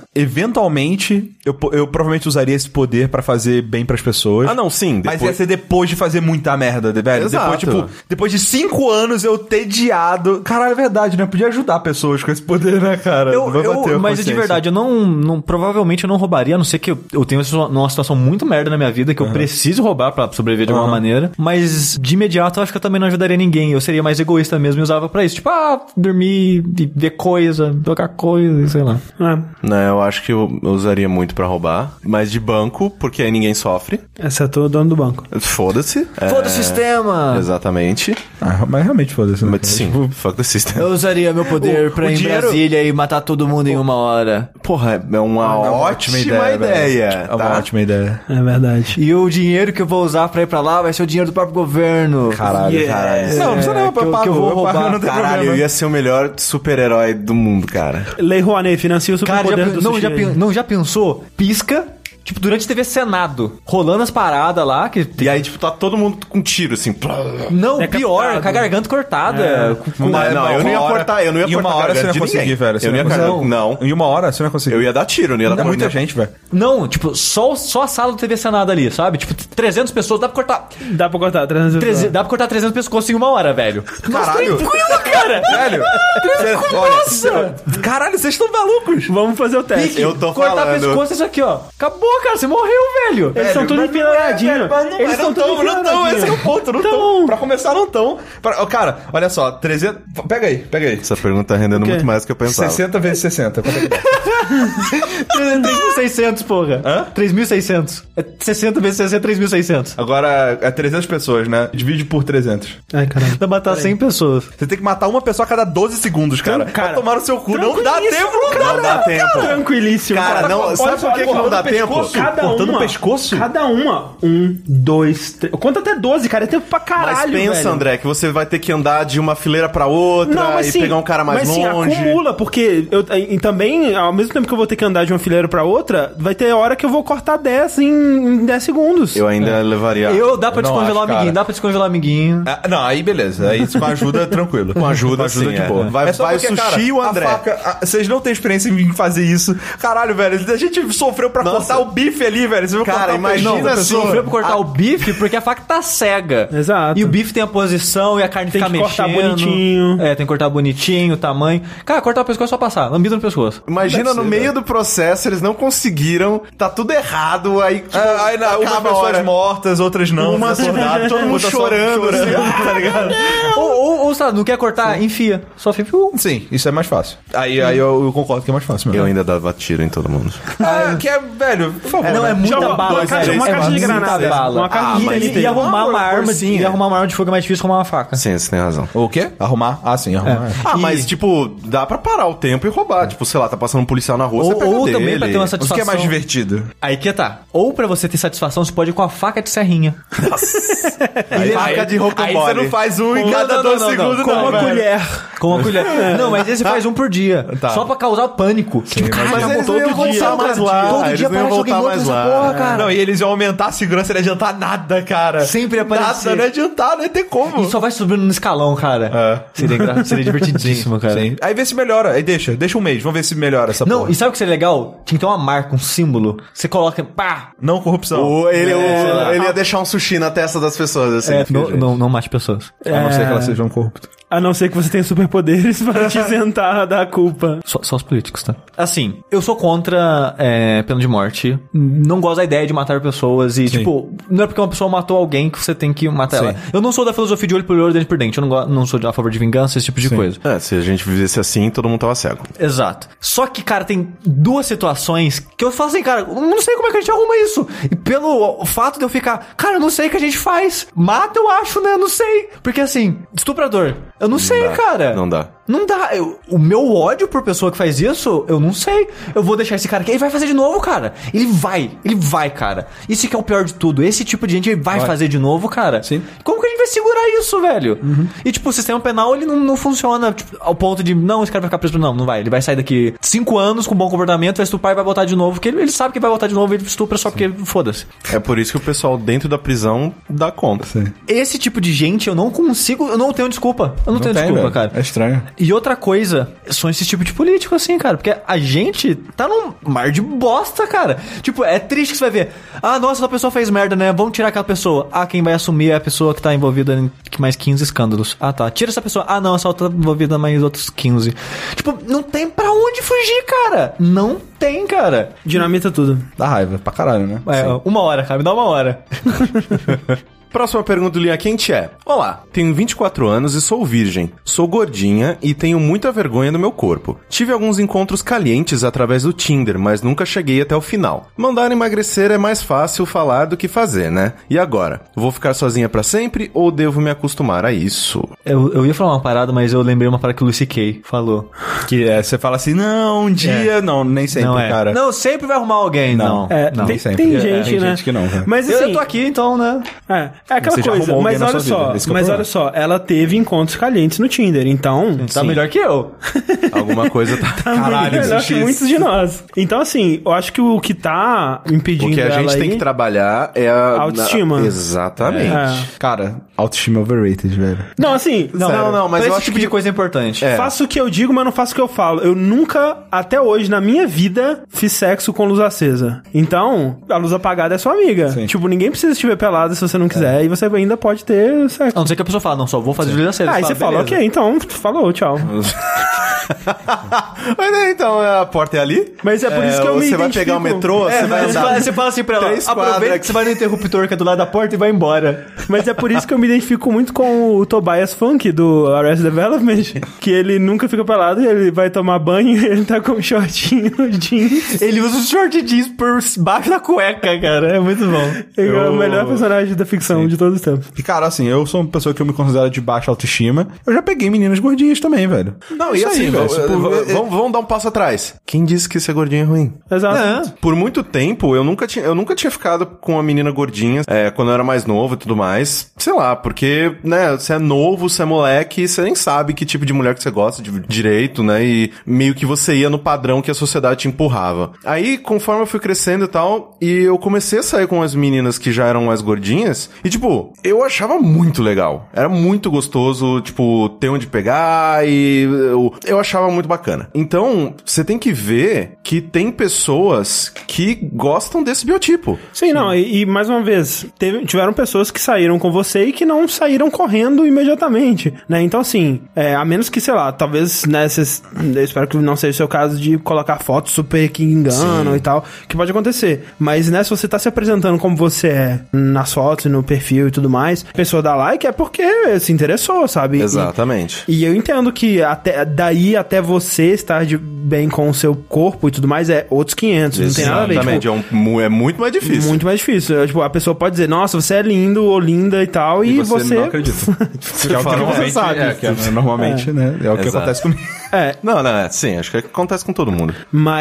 S3: Eventualmente, eu, po- eu provavelmente usaria esse poder pra fazer bem pras pessoas.
S1: Ah, não, sim.
S3: Mas
S1: Depois...
S3: ia ser depois de fazer muita merda, de- velho.
S1: Exato.
S3: Depois, tipo, depois de cinco anos eu tediado. Caralho, é verdade, né? Podia ajudar pessoas com esse poder, né, cara?
S4: Eu,
S3: Vai
S4: eu-
S3: bater a
S4: mas é de
S3: consciência.
S4: verdade, eu não, não. Provavelmente eu não roubaria, a não ser que eu, eu tenha uma, uma situação muito merda na minha vida que eu preciso roubar pra sobreviver de alguma maneira. Mas de imediato eu acho que eu também não ajudaria ninguém. Eu seria mais egoísta mesmo e usava pra isso. Tipo, ah, dormir, e ver coisa, tocar coisa, sei lá.
S2: É,
S1: Não, Né, eu acho que eu usaria muito pra roubar. Mas de banco, porque aí ninguém sofre.
S2: exceto o dono do banco.
S1: Foda-se.
S4: Foda o
S1: É,
S4: sistema!
S1: Exatamente.
S3: Ah, mas realmente foda-se, né?
S1: Mas sim, fuck the system.
S4: Eu usaria meu poder pra ir em Brasília e matar todo mundo em uma hora.
S1: Porra, é uma ótima, ideia.
S3: velho. É uma
S1: tá?
S3: ótima ideia.
S2: É verdade.
S4: E o dinheiro que eu vou usar pra ir pra lá vai ser o dinheiro do próprio governo.
S3: Caralho,
S2: Yeah.
S3: caralho.
S4: Não, não precisa não, eu
S3: que eu,
S4: pago,
S3: que eu
S4: eu
S3: vou
S4: pago,
S3: roubar.
S4: não tem
S1: Caralho, eu ia ser o melhor super-herói do mundo, cara.
S2: Lei Rouanet financia o
S4: Cara, já,
S2: superpoder
S4: pen-
S2: do
S4: não,
S2: sushi
S4: já, pen-
S2: aí.
S4: não, já pensou? Pisca, tipo, durante TV Senado, rolando as paradas lá, que tem-
S1: E aí, tipo, tá todo mundo com tiro, assim. plá.
S4: Não,
S2: Decapitado.
S4: pior, com a garganta cortada. com- com-
S1: Não, não, eu não ia cortar, eu não ia
S3: E uma
S1: cortar a
S3: hora
S1: garganta
S3: você não ia
S1: de
S3: conseguir,
S1: ninguém.
S3: velho. você
S1: Eu não ia
S3: conseguir.
S1: cortar- não.
S3: Em uma hora você não ia conseguir.
S1: Eu ia dar tiro, não ia dar
S3: Dá
S1: pra-
S3: muita
S1: não-
S3: gente, velho.
S4: Não, tipo, só, só a sala do TV Senado ali, sabe? Tipo, 300 pessoas, dá pra cortar.
S2: Dá pra cortar, 300
S4: treze- dá pra cortar 300 pescoços em uma hora, velho.
S3: Caralho.
S4: Tranquilo, cara!
S3: Velho. Cê- Olha. Caralho, vocês estão malucos.
S2: Vamos fazer o teste.
S4: Pique,
S1: Eu tô
S4: cortar
S1: falando.
S4: pescoço isso aqui, ó. Acabou, cara, você morreu, velho.
S2: Eles são tudo empiladinhos.
S1: é,
S2: Eles são tudo
S3: tão, não tão, esse é o
S2: empiladinhos.
S3: ponto, não tão.
S2: Tão.
S3: Pra começar, não tão. Pra- ó, Cara, olha só, 300... Pega aí, pega aí.
S1: Essa pergunta tá rendendo muito mais do que eu pensava.
S3: 60 vezes 60. quanto é que dá?
S4: 3.600, porra.
S3: Hã?
S4: 3.600. É 60 vezes 60, 3.600.
S3: Agora, é 300 pessoas, né? Divide por 300.
S2: Ai, caralho.
S4: Dá pra matar 100 pessoas.
S3: Você tem que matar uma pessoa a cada 12 segundos, cara.
S2: Então, cara,
S3: Vai tomar no seu cu. Não dá
S2: tranquilíssimo,
S3: tempo, cara.
S1: Não dá tempo.
S2: Tranquilíssimo.
S1: Cara, não,
S2: Olha
S1: sabe
S2: só,
S1: por que que não
S2: cortando
S1: dá
S2: o pescoço?
S1: tempo?
S2: Cada
S3: Cortando o
S2: uma.
S3: pescoço?
S2: Cada uma. Um, dois, três. Conta até 12, cara. É tempo pra caralho,
S1: Mas pensa,
S2: velho.
S1: André, que você vai ter que andar de uma fileira pra outra
S2: Não, mas
S1: e
S2: sim,
S1: pegar um cara mais
S2: mas sim,
S1: longe.
S2: acumula, porque eu, e também, ao mesmo tempo que eu vou ter que andar de uma fileira pra outra, vai ter hora que eu vou cortar 10 em, em 10 segundos.
S1: Eu ainda levaria.
S4: Eu, dá pra
S3: Tá. Eu não
S4: descongelar o
S3: acho,
S4: amiguinho,
S3: cara.
S4: dá pra descongelar o amiguinho.
S3: Ah, não, aí beleza. Aí isso com ajuda, tranquilo. Com
S1: ajuda, sim, é. Vai-
S3: só
S1: vai o sushi e o
S3: a
S1: André.
S3: faca- a- Vocês não têm experiência em fazer isso. Caralho, velho. A gente sofreu pra
S1: Nossa.
S3: cortar o bife ali, velho. Você viu
S1: Cara,
S3: cortar o
S1: imagina
S3: peixe da pessoa?
S1: só.
S4: Sofreu pra
S3: Ah.
S4: cortar o bife porque a faca tá cega.
S2: Exato.
S4: E o bife tem a posição e a carne
S2: Tem
S4: fica
S2: que cortar
S4: mexendo.
S2: bonitinho.
S4: É, tem que cortar bonitinho, o tamanho. Cara, cortar o pescoço é só passar. Lambida no pescoço.
S1: Imagina no meio do processo, eles não conseguiram, tá tudo errado, aí tipo,
S3: Ah, aí na, umas
S1: acaba a
S3: pessoas
S1: hora.
S3: mortas, outras não. tá
S1: Umas
S3: acordadas,
S1: todo mundo
S3: outras só
S1: chorando, assim.
S3: tá ligado?
S4: Ou, ou, ou, sei lá, não quer cortar, enfia. Só fica. uh.
S3: Sim, isso é mais fácil. Aí, aí eu, eu concordo que é mais fácil mesmo.
S1: Eu ainda dava tiro em todo mundo.
S3: Ah, que é, velho, por favor.
S4: Não,
S3: né?
S4: é muita
S2: uma-
S4: bala,
S2: uma caixa-
S4: velho.
S2: uma
S4: É
S2: caixa de
S4: muita
S2: granada.
S4: bala.
S2: Uma caixa de
S4: Ah,
S2: TNT.
S4: e, e arrumar uma arma de,
S1: forcinha.
S4: e arrumar uma arma de fogo é mais difícil que arrumar uma faca.
S1: Sim, você tem razão.
S4: é
S3: O quê? Arrumar? Ah, sim, arrumar. é.
S1: Ah,
S4: E-
S1: mas tipo, dá pra parar o tempo e roubar. Tipo, sei lá, tá passando um policial na rua,
S4: Ou-
S1: você pega
S4: ou
S1: dele.
S4: também pra ter uma
S3: Mas O que é mais
S4: Satisfação.
S3: divertido?
S4: Aí que tá. Ou pra você ter satisfação, você pode ir com a faca de serrinha. É,
S1: Aí, faca de roupa
S3: aí
S1: mole.
S3: você não faz um em
S4: Com-
S3: cada
S4: não, não,
S3: dois
S4: não, não.
S3: segundos, não,
S4: Com uma
S3: velho.
S4: colher. Com uma
S1: É.
S4: colher. Não, mas esse faz um por dia. Só pra causar pânico. Tipo,
S1: Tá. mas
S4: caraca,
S1: eles
S4: todo
S1: não iam
S4: dia, é
S1: voltar mais lá,
S4: Todo
S1: eles
S4: dia
S1: não iam
S4: aparece
S1: voltar
S4: alguém morto
S1: mais
S4: nessa
S1: lá. É.
S4: porra, cara.
S3: É. Não, e eles iam aumentar a segurança, não ia adiantar nada, cara.
S4: Sempre ia
S1: né,
S4: aparecer.
S3: Nada, não ia
S1: tipo?
S3: adiantar, não ia ter como.
S4: E só vai subindo no escalão,
S1: É.
S4: cara. Seria, engra- seria divertidíssimo, cara.
S3: Sim. Aí vê se melhora, aí deixa, deixa um mês, vamos ver se melhora essa
S4: Não,
S3: porra.
S4: e sabe o que seria legal? Tinha que ter uma marca, um símbolo. Você coloca, pá!
S3: Não corrupção.
S1: Ou ele,
S4: sei lá.
S1: ou ele ia deixar um sushi na testa das pessoas, assim.
S4: É,
S1: filho,
S4: não,
S1: gente.
S4: não, não mate pessoas.
S1: É.
S3: A não ser que
S4: É.
S3: um elas sejam corruptas.
S2: A não ser que você tenha superpoderes para te isentar da culpa.
S4: Só, só os políticos, tá? Assim, eu sou contra é, pena de morte. Não gosto da ideia de matar pessoas e, tipo, não é porque uma pessoa matou alguém que você tem que matar
S3: Sim.
S4: ela. Eu não sou da filosofia de olho por olho, dente por dente. Eu não, go- não sou de- a favor de vingança, esse tipo de coisa.
S1: É, se a gente vivesse assim, todo mundo tava cego.
S4: Exato. Só que, cara, tem duas situações que eu falo assim, cara, eu não sei como é que a gente arruma isso. E pelo fato de eu ficar, cara, eu não sei o que a gente faz. Mata, eu acho, né? Eu não sei. Porque assim, estuprador, eu não sei, cara.
S1: Não dá.
S4: Não dá. Eu- o meu ódio por pessoa que faz isso, eu não sei. Eu vou deixar esse cara aqui. Ele vai fazer de novo, cara. Ele vai. Ele vai, cara. Isso que é o pior de tudo. Esse tipo de gente vai, fazer de novo, cara.
S5: Sim. Uhum.
S4: Como que a gente vai segurar isso, velho? E, tipo, o sistema penal, ele não, não funciona tipo, ao ponto de, não, esse cara vai ficar preso. Não, não vai. Ele vai sair daqui cinco anos com bom comportamento, vai estuprar e vai voltar de novo. Porque ele, ele sabe que vai voltar de novo e ele estupra só porque foda-se.
S1: É por isso que o pessoal dentro da prisão dá conta.
S4: Esse tipo de gente, eu não consigo. Eu não tenho desculpa. Eu não, tenho
S5: tem,
S4: Então, desculpa,
S5: velho.
S4: cara.
S5: É estranho.
S4: E outra coisa, são esse tipo de político, assim, cara. Porque a gente tá num mar de bosta, cara. Tipo, é triste que você vai ver. Ah, nossa, essa pessoa fez merda, né? Vamos tirar aquela pessoa. Ah, quem vai assumir é a pessoa que tá envolvida em mais 15 escândalos. Ah, tá. Tira essa pessoa. Ah, não, essa outra tá envolvida em mais outros 15. Tipo, não tem pra onde fugir, cara. Não tem, cara.
S2: Dinamita tudo.
S5: Dá raiva pra caralho, né?
S4: É, uma hora, cara. Me dá uma hora.
S1: Próxima pergunta do Linha Quente é: Olá, tenho 24 anos e sou virgem. Sou gordinha e tenho muita vergonha do meu corpo. Tive alguns encontros calientes através do Tinder, mas nunca cheguei até o final. Mandar emagrecer é mais fácil falar do que fazer, né? E agora? Vou ficar sozinha pra sempre ou devo me acostumar a isso?
S4: Eu, eu ia falar uma parada, mas eu lembrei uma parada que o Lucy Kay falou.
S5: Que é, você fala assim, não, um dia... Não, nem sempre,
S4: não é.
S5: cara.
S4: Não, sempre vai arrumar alguém.
S5: Não.
S4: Não,
S2: É,
S4: não.
S2: tem,
S5: sempre.
S2: tem
S5: É,
S2: gente,
S5: tem
S2: né?
S5: gente que não, né?
S2: Mas
S4: Eu,
S2: assim,
S4: eu tô aqui, então, né?
S2: É, é aquela
S5: Você já
S2: coisa,
S5: arrumou
S2: mas
S5: alguém na
S2: olha
S5: sua
S2: só,
S5: vida, esse que é o
S2: mas
S5: problema.
S2: olha só, ela teve encontros calientes no Tinder, então
S4: Tá melhor que eu.
S1: Alguma coisa tá.
S2: tá
S5: Caralho,
S2: melhor que
S5: X. É.
S2: muitos de nós. Então assim, eu acho que o que tá
S1: O
S2: impedindo
S1: que a
S2: ela
S1: gente
S2: aí
S1: tem que trabalhar é a
S2: Autoestima.
S1: Exatamente.
S2: é.
S5: Cara, autoestima é overrated, velho.
S2: Não, assim,
S1: Não,
S2: sério.
S1: não, não, mas
S4: Pra
S1: eu
S4: esse
S1: acho
S4: tipo
S1: que
S4: de coisa é importante.
S1: É.
S2: Faço o que eu digo, mas não faço o que eu falo. Eu nunca, até hoje, na minha vida, fiz sexo com luz acesa. Então, a luz apagada é sua amiga. Tipo, ninguém precisa te ver pelado se você
S5: É.
S2: não quiser. E você ainda pode ter
S4: A
S2: sexo.
S4: não ser que a pessoa fala, não, só vou fazer de cedo.
S2: Ah, aí você fala,
S4: beleza.
S2: ok, então, falou, tchau.
S1: Mas é, então, a porta é ali?
S2: Mas é por isso que eu me
S1: Você vai
S2: identifico.
S1: pegar o metrô,
S4: É,
S1: você vai
S4: mas você,
S1: andar...
S4: fala, você fala assim pra ela,
S1: Três
S4: aproveita
S1: quadras
S4: que você vai no interruptor que é do lado da porta e vai embora.
S2: Mas é por isso que eu me identifico muito com o Tobias Funk do Arrested Development, que ele nunca fica pelado, ele vai tomar banho, ele tá com um shortinho jeans.
S4: Ele usa os short jeans por baixo da cueca, cara. É muito bom.
S2: Ele é o melhor personagem da ficção de todos os tempos.
S5: E, cara, assim, eu sou uma pessoa que eu me considero de baixa autoestima. Eu já peguei meninas gordinhas também, velho.
S1: Não, e
S5: Isso
S1: assim,
S5: aí,
S1: velho,
S5: velho,
S1: eh,
S5: tipo,
S1: v-
S5: eh,
S1: vamos, vamos dar um passo atrás. Quem disse que ser gordinho é ruim?
S2: Exato.
S1: Por muito tempo, eu nunca tinha, eu nunca tinha ficado com uma menina gordinha, é, quando eu era mais novo e tudo mais. Sei lá, porque, né, você é novo, você é moleque, você nem sabe que tipo de mulher que você gosta de, direito, né? E meio que você ia no padrão que a sociedade te empurrava. Aí, conforme eu fui crescendo e tal, e eu comecei a sair com as meninas que já eram mais gordinhas, e tipo, eu achava muito legal. Era muito gostoso, tipo, ter onde pegar e eu, eu achava muito bacana. Então, você tem que ver que tem pessoas que gostam desse biotipo.
S2: Sim, não, e, e mais uma vez, teve- tiveram pessoas que saíram com você e que não saíram correndo imediatamente, né? Então, assim, é, a menos que, sei lá, talvez, né, cês- eu espero que não seja o seu caso de colocar fotos super que enganam e tal, que pode acontecer. Mas, né, se você tá se apresentando como você é nas fotos, no perfil e tudo mais, a pessoa dá like é porque se interessou, sabe? E-
S1: Exatamente.
S2: e eu entendo que até daí até você estar de bem com o seu corpo e tudo mais é outros 500, não tem nada a ver. tipo,
S1: Exatamente. É, um- mu- é muito mais difícil.
S2: muito mais difícil. Eu, Tipo, a pessoa pode dizer, nossa, você é lindo ou linda e tal, e, você.
S5: não acredita. que é o que
S1: fala,
S5: você
S1: "Realmente,
S5: sabe.
S1: é,
S5: É,
S1: que
S5: que é- normalmente, né? É o que
S1: Exato.
S5: acontece comigo.
S2: É,
S1: Não, não, é, sim, acho que acontece com todo mundo.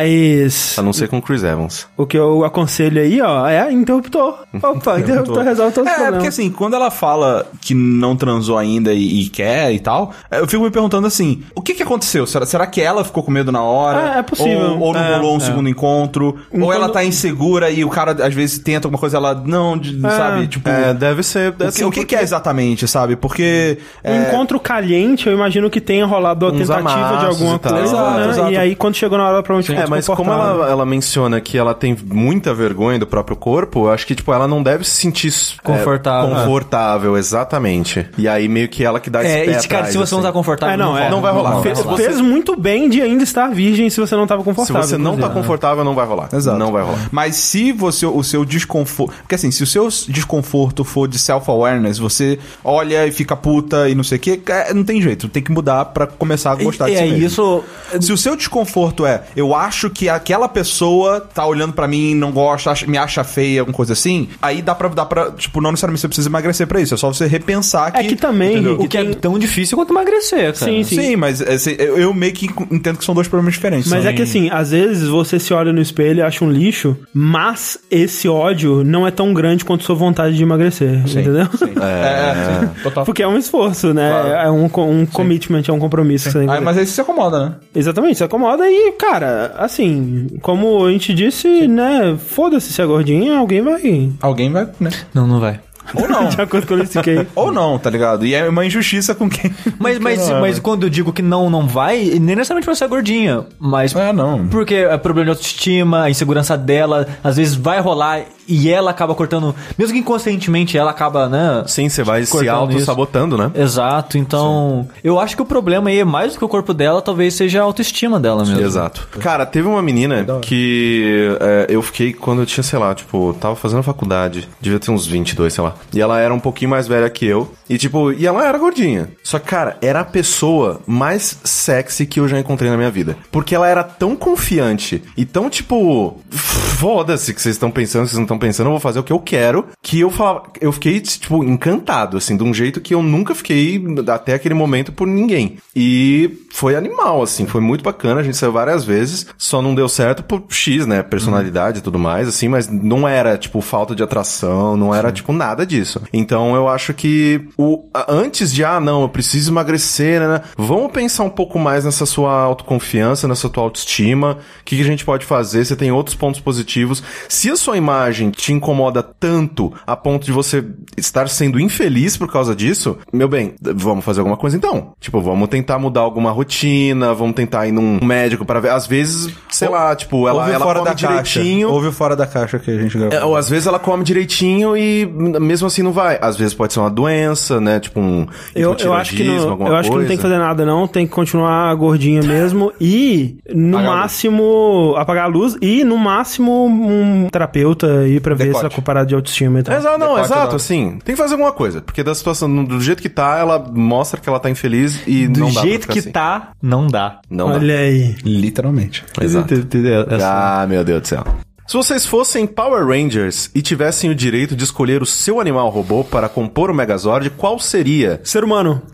S2: mas.
S1: A não ser com o Chris Evans.
S2: O que eu aconselho aí, ó, é interruptor. Opa, interruptor resolve todos
S5: É,
S2: os
S5: porque
S2: problemas.
S5: assim, quando ela fala que não transou ainda e, e quer e tal, eu fico me perguntando assim, o que que aconteceu? Será, será que ela ficou com medo na hora?
S2: Ah, é possível.
S5: Ou, ou não
S2: É,
S5: rolou um
S2: é.
S5: segundo encontro?
S2: Então-
S5: Ou ela tá insegura e o cara às vezes tenta alguma coisa, ela não, de- sabe? Tipo,
S1: É, deve ser.
S5: o que,
S1: assim,
S5: o que que é exatamente, sabe? Porque...
S2: Um
S5: é,
S2: encontro caliente, eu imagino que tenha rolado a
S1: Uns
S2: tentativa de
S1: amassos
S2: alguma
S1: e tal.
S2: coisa,
S5: Exato,
S2: né?
S5: exato.
S2: E aí, quando chegou na hora, provavelmente
S1: É,
S2: ficou
S1: mas como
S2: desconfortável.
S1: ela, ela menciona que ela tem muita vergonha do próprio corpo, eu acho que, tipo, ela não deve se sentir é,
S4: Confortável.
S1: confortável, exatamente. E aí meio que ela que dá esse
S4: É,
S1: pé
S4: e se, É, cara,
S1: atrás,
S4: se você não
S1: assim.
S4: tá confortável,
S2: É, não, é.
S4: rola.
S1: Não vai rolar.
S2: Fe-
S1: Se você
S2: vezes muito bem de ainda estar virgem se você não tava
S1: Se
S2: confortável.
S1: você não tá
S2: inclusive.
S4: né?
S1: confortável, não vai rolar.
S5: Exato.
S1: Não vai rolar.
S5: Mas se você o seu desconforto, porque assim, se o seu desconforto for de self awareness, você olha e fica puta e não sei o quê, é, não tem jeito, tem que mudar pra começar a gostar
S4: E-
S5: de si
S4: é
S5: mesmo.
S4: isso.
S5: Se o seu desconforto é, eu acho que aquela pessoa tá olhando pra mim, não gosta, acha- me acha feia, alguma coisa assim, aí dá pra, dá pra tipo, não necessariamente você precisa emagrecer pra isso, é só você repensar que...
S2: É que também,
S5: entendeu?
S4: O que é tão difícil quanto emagrecer, cara.
S2: Sim,
S5: Sim, mas é, se- eu eu meio que entendo que são dois problemas diferentes.
S2: Mas é que assim, às vezes você se olha no espelho e acha um lixo, mas esse ódio não é tão grande quanto sua vontade de emagrecer, entendeu?
S5: É, sim, total.
S2: Porque é um esforço, né? É um, co- um commitment, é um compromisso que você tem que
S5: Aí,
S2: fazer.
S5: Ah, mas aí você se acomoda, né?
S2: Exatamente, se acomoda e, cara, assim, como a gente disse, né? Foda-se se é gordinha, alguém vai.
S5: Alguém vai, né?
S4: Não, não vai.
S5: Ou não.
S2: De acordo com o Luiz C.K.
S5: Ou não, tá ligado? E é uma injustiça com quem.
S4: Mas, mas, mas quando eu digo que não, não vai, nem necessariamente você é gordinha, mas.
S5: É, não.
S4: Porque é problema de autoestima, a insegurança dela, às vezes vai rolar e ela acaba cortando, mesmo que inconscientemente ela acaba, né?
S1: Sim, você vai se
S4: Cortando
S1: auto-sabotando, né?
S4: Exato, então. Eu acho que o problema aí, é mais do que o corpo dela, talvez seja a autoestima dela mesmo.
S1: Exato. Cara, teve uma menina que é, eu fiquei quando eu tinha, sei lá, tipo, tava fazendo faculdade, devia ter uns 22, sei lá. E ela era um pouquinho mais velha que eu. E, tipo, e ela era gordinha. Só que, cara, era a pessoa mais sexy que eu já encontrei na minha vida. Porque ela era tão confiante e tão, tipo, foda-se que vocês estão pensando, vocês não estão pensando, eu vou fazer o que eu quero. Que eu falava, eu fiquei, tipo, encantado, assim, de um jeito que eu nunca fiquei até aquele momento por ninguém. E foi animal, assim, foi muito bacana, a gente saiu várias vezes, só não deu certo por X, né? Personalidade e tudo mais, assim, mas não era, tipo, falta de atração, não era, tipo, nada disso. Então eu acho que o, a- antes de, ah, não, eu preciso emagrecer, né? né, Vamos pensar um pouco mais nessa sua autoconfiança, nessa tua autoestima, o que, que a gente pode fazer, você tem outros pontos positivos. Se a sua imagem te incomoda tanto a ponto de você estar sendo infeliz por causa disso, meu bem, d- vamos fazer alguma coisa então. Tipo, vamos tentar mudar alguma rotina, vamos tentar ir num médico para ver. Às vezes, sei lá, tipo, ela,
S5: Ouve
S1: ela
S5: fora
S1: come
S5: da
S1: direitinho.
S5: caixa. Ouve o fora da caixa que a gente gravou.
S1: É, ou às vezes ela come direitinho e hum, mesmo assim não vai. Às vezes pode ser uma doença, né? Tipo um
S2: Eu, eu acho que
S1: hipotireoidismo,
S2: não,
S1: alguma
S2: eu acho que não tem que
S1: coisa.
S2: fazer nada não, tem que continuar gordinha mesmo e
S5: Apagar
S2: no
S5: a luz.
S2: máximo apagar a luz e no máximo um terapeuta ir pra ver
S5: Decote.
S2: se ela é comparada de autoestima e tal.
S1: Exato, não,
S5: Decote
S1: exato,
S5: da-
S1: assim. Tem que fazer alguma coisa. Porque da situação, do jeito que tá, ela mostra que ela tá infeliz e
S4: Do
S1: não dá pra
S4: jeito
S1: ficar
S4: que
S1: assim.
S4: tá, não dá.
S1: Não dá.
S2: Olha aí.
S5: Literalmente.
S1: Exato.
S4: Entendeu? Essa-
S1: Ah, meu Deus do céu. Se vocês fossem Power Rangers e tivessem o direito de escolher o seu animal robô para compor o Megazord, qual seria?
S2: Ser humano.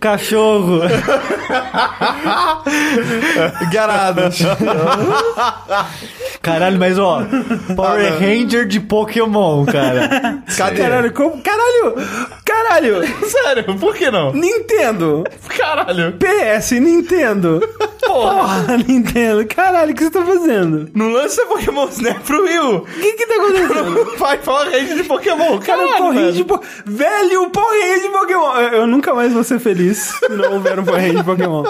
S2: Cachorro.
S5: Garados.
S4: Caralho, mas ó, Power Ranger de Pokémon, cara.
S1: Cadê?
S2: Caralho, como? Caralho! Caralho!
S3: Sério, por que não?
S2: Nintendo!
S3: Caralho.
S2: PS, Nintendo! Porra, Nintendo! Caralho, o que você tá fazendo?
S3: Não lança Pokémon Snap pro Will.
S2: O que que tá acontecendo?
S3: Vai falar rede de Pokémon.
S2: Cara,
S3: Caralho,
S2: o Power Ranger
S3: velho.
S2: de po... Velho, o Power Ranger de Pokémon! Eu, eu nunca mais vou ser feliz se não houver um Power Ranger de Pokémon.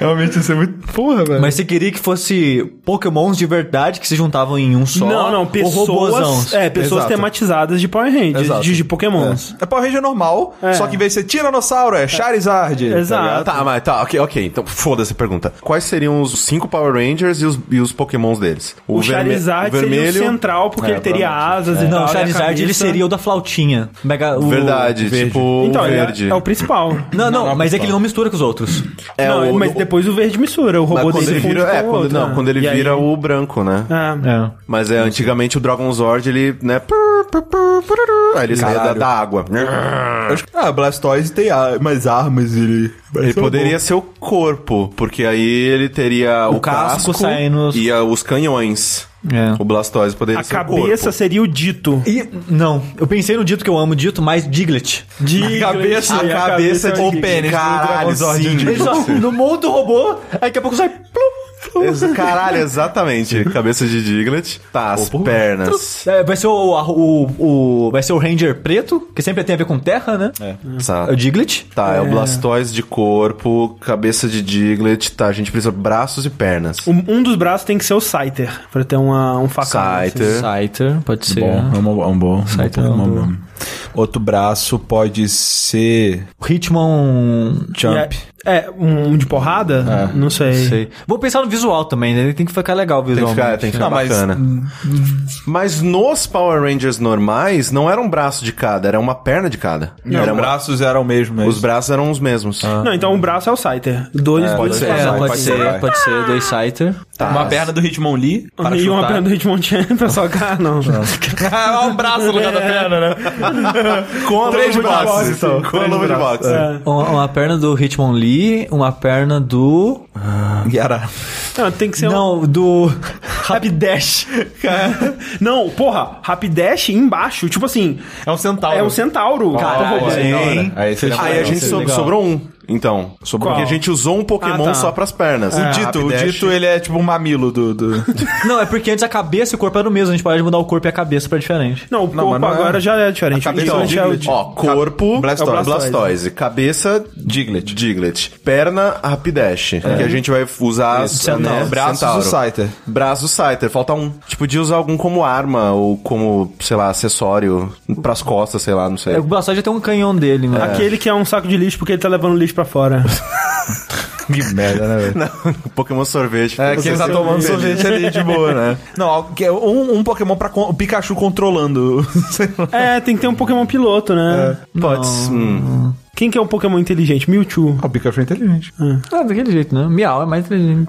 S3: Realmente isso é muito... Porra, velho.
S4: Mas você queria que fosse Pokémons de verdade que se juntavam em um só?
S2: não, não,
S4: Ou robozão?
S2: pessoas. É, pessoas
S5: Exato.
S2: tematizadas de Power Rangers, de, de Pokémons.
S5: É Power Ranger normal,
S2: É.
S5: só que em vez de ser Tiranossauro, é Charizard.
S2: Exato.
S1: Tá, mas tá, ok, ok. Então foda-se a pergunta. Quais seriam os cinco Power Rangers e os, e os Pokémons deles?
S2: O,
S1: verme-
S2: Charizard
S1: o é,
S2: seria o central, porque ele teria asas e tal.
S4: Não, o
S2: e a
S4: Charizard ele
S2: cabeça.
S4: seria o da flautinha. Mega, o...
S1: Verdade, tipo
S2: Então,
S1: o
S2: ele é-
S1: verde.
S2: É, o principal.
S4: Não, não, mas é que ele não mistura com os outros.
S1: É,
S2: não,
S1: o-
S2: mas
S1: o-
S2: depois o verde mistura, o
S1: Mas
S2: robô
S1: quando
S2: dele
S1: ele
S2: funde
S1: vira,
S2: com
S1: é,
S2: o
S1: quando,
S2: outro,
S1: não,
S2: né?
S1: quando ele
S2: E aí-
S1: vira o branco, né?
S2: Ah,
S4: É.
S1: Mas é, antigamente o Dragon Zord, ele, né? pur, pur, pur, pur, Aí ele saía da,
S5: Caralho.
S1: da água.
S2: é
S5: Eu acho que- Ah, Blastoise tem a- mais armas, ele...
S1: Ele poderia ser o corpo, porque aí ele teria o,
S4: casco
S1: casco,
S4: saindo-
S1: e ah, os canhões.
S4: É.
S1: O Blastoise poderia
S2: a
S1: ser
S2: cabeça
S1: o corpo.
S2: seria o dito.
S4: E, não, eu pensei no dito que eu amo dito, mas Diglett.
S2: Diglett,
S5: cabeça- a cabeça de-
S2: é o
S5: o pé.
S2: Diglett.
S5: Pênis do
S1: Caralho,
S5: Dragonzord.
S1: sim.
S4: Ele só, no mundo do robô, aí daqui a pouco sai... plum, plum.
S1: Ex- Caralho, exatamente. Cabeça de Diglett. Tá, as pernas.
S4: É, vai ser o, a- o, o- Vai ser o Ranger preto, que sempre tem a ver com terra, né? É.
S1: Tá.
S4: o Diglett.
S1: Tá, é. o Blastoise de corpo, cabeça de Diglett, tá, a gente precisa braços e pernas.
S2: Um, um dos braços tem que ser o Scyther, pra ter uma, um facão.
S1: Scyther.
S4: Scyther, pode ser.
S5: Bom, é um bom.
S4: Scyther é um bom.
S3: Outro braço pode ser
S4: Hitman.
S3: jump.
S2: E É, é, um de porrada?
S1: É.
S2: Não sei.
S4: Sei. Vou pensar no visual também, né? Tem que ficar legal o
S1: Tem que
S4: visual.
S1: ficar, tem que ficar bacana. Mas... nos Power Rangers normais, não era um braço de cada, era uma perna de cada.
S3: Não, um
S1: Era
S5: um
S3: os
S1: uma-
S3: braços eram o mesmo. é
S1: Os
S3: isso.
S1: braços eram os mesmos.
S2: Não, então o braço é o Scyther. Dois,
S3: pode
S2: dois
S3: ser,
S4: É,
S2: braços.
S4: pode,
S3: pode
S4: ser,
S3: ser, vai.
S4: pode ser dois Scyther.
S5: tá.
S3: Uma perna do Hitmon Lee. Para
S2: E uma
S3: chutar.
S2: perna do Hitmon pra socar, não.
S3: Ah, um braço no
S2: É.
S3: lugar da perna, né?
S1: Com a
S3: Três
S1: luva de
S3: braços,
S1: boxe.
S3: então.
S1: Com a luva de boxe.
S2: é.
S4: Uma, uma perna do Hitmonlee, uma perna do.
S3: E era.
S2: Não, tem que ser um.
S4: Não, do. Rapidash.
S2: Não, porra, Rapidash embaixo, tipo assim,
S3: É um centauro.
S2: é um centauro.
S4: Caralho,
S2: Porra,
S4: hein?
S3: Aí você
S1: Aí a
S3: lembra.
S1: gente
S4: Isso é
S1: so-
S4: legal.
S1: sobrou um, então. Porque
S2: Qual?
S1: a gente usou um Pokémon
S2: Ah, tá.
S1: só pras pernas.
S3: O Dito, o
S1: Rapidash.
S3: Dito, ele é tipo um mamilo do. do-
S4: Não, é porque antes a cabeça e o corpo eram o mesmo, a gente pode mudar o corpo e a cabeça pra diferente.
S2: Não, o corpo
S3: mas não é.
S2: agora já é diferente.
S3: A cabeça
S2: Então,
S3: é o
S2: já
S3: Diglett.
S1: Ó, corpo,
S3: Blastoise.
S1: é o Blastoise. Cabeça,
S3: Diglett.
S1: Diglett. Perna, Rapidash. Que a gente vai usar né,
S4: Isso, centauro.
S3: Braços, o Scyther.
S1: Braço, Scyther. Falta um. A gente podia usar algum como arma ou como, sei lá, acessório pras costas, sei lá, não sei.
S4: É, O Blastoise já tem um canhão dele, mano.
S2: Aquele que é um saco de lixo porque ele tá levando lixo pra fora.
S3: Que merda, né, velho?
S1: Pokémon sorvete.
S3: É, que ele tá tomando sorvete ali de boa, né? Não, que é um, um Pokémon pra con- o Pikachu controlando. Sei lá.
S2: é, tem que ter um Pokémon piloto, né?
S3: É.
S1: Pode. Hum.
S2: Quem que é um Pokémon inteligente? Mewtwo.
S3: Ah, O Pikachu é inteligente. Ah,
S4: Ah, daquele jeito, né? Miau é mais inteligente.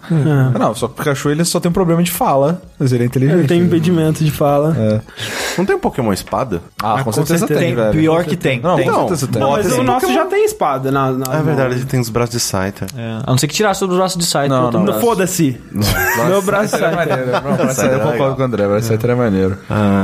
S3: Não, só que o Pikachu ele só tem um problema de fala, mas ele é inteligente.
S2: Ele tem impedimento de fala.
S1: Não tem um Pokémon espada?
S3: Ah, com, certeza, tem, velho.
S4: Pior que tem.
S3: Não,
S4: tem.
S3: com certeza tem.
S1: Não,
S2: Mas
S1: Tem
S2: o nosso já tem espada na, na
S1: Ah, é verdade, ele tem os braços de Scyther.
S4: É, a não ser que tirasse todo o braço de side.
S3: Não, não.
S2: Não, Foda-se. Meu braço
S3: Era
S2: sai.
S3: maneiro, não, pra sair, eu
S1: era legal.
S3: concordo com o André, vai sair era maneiro.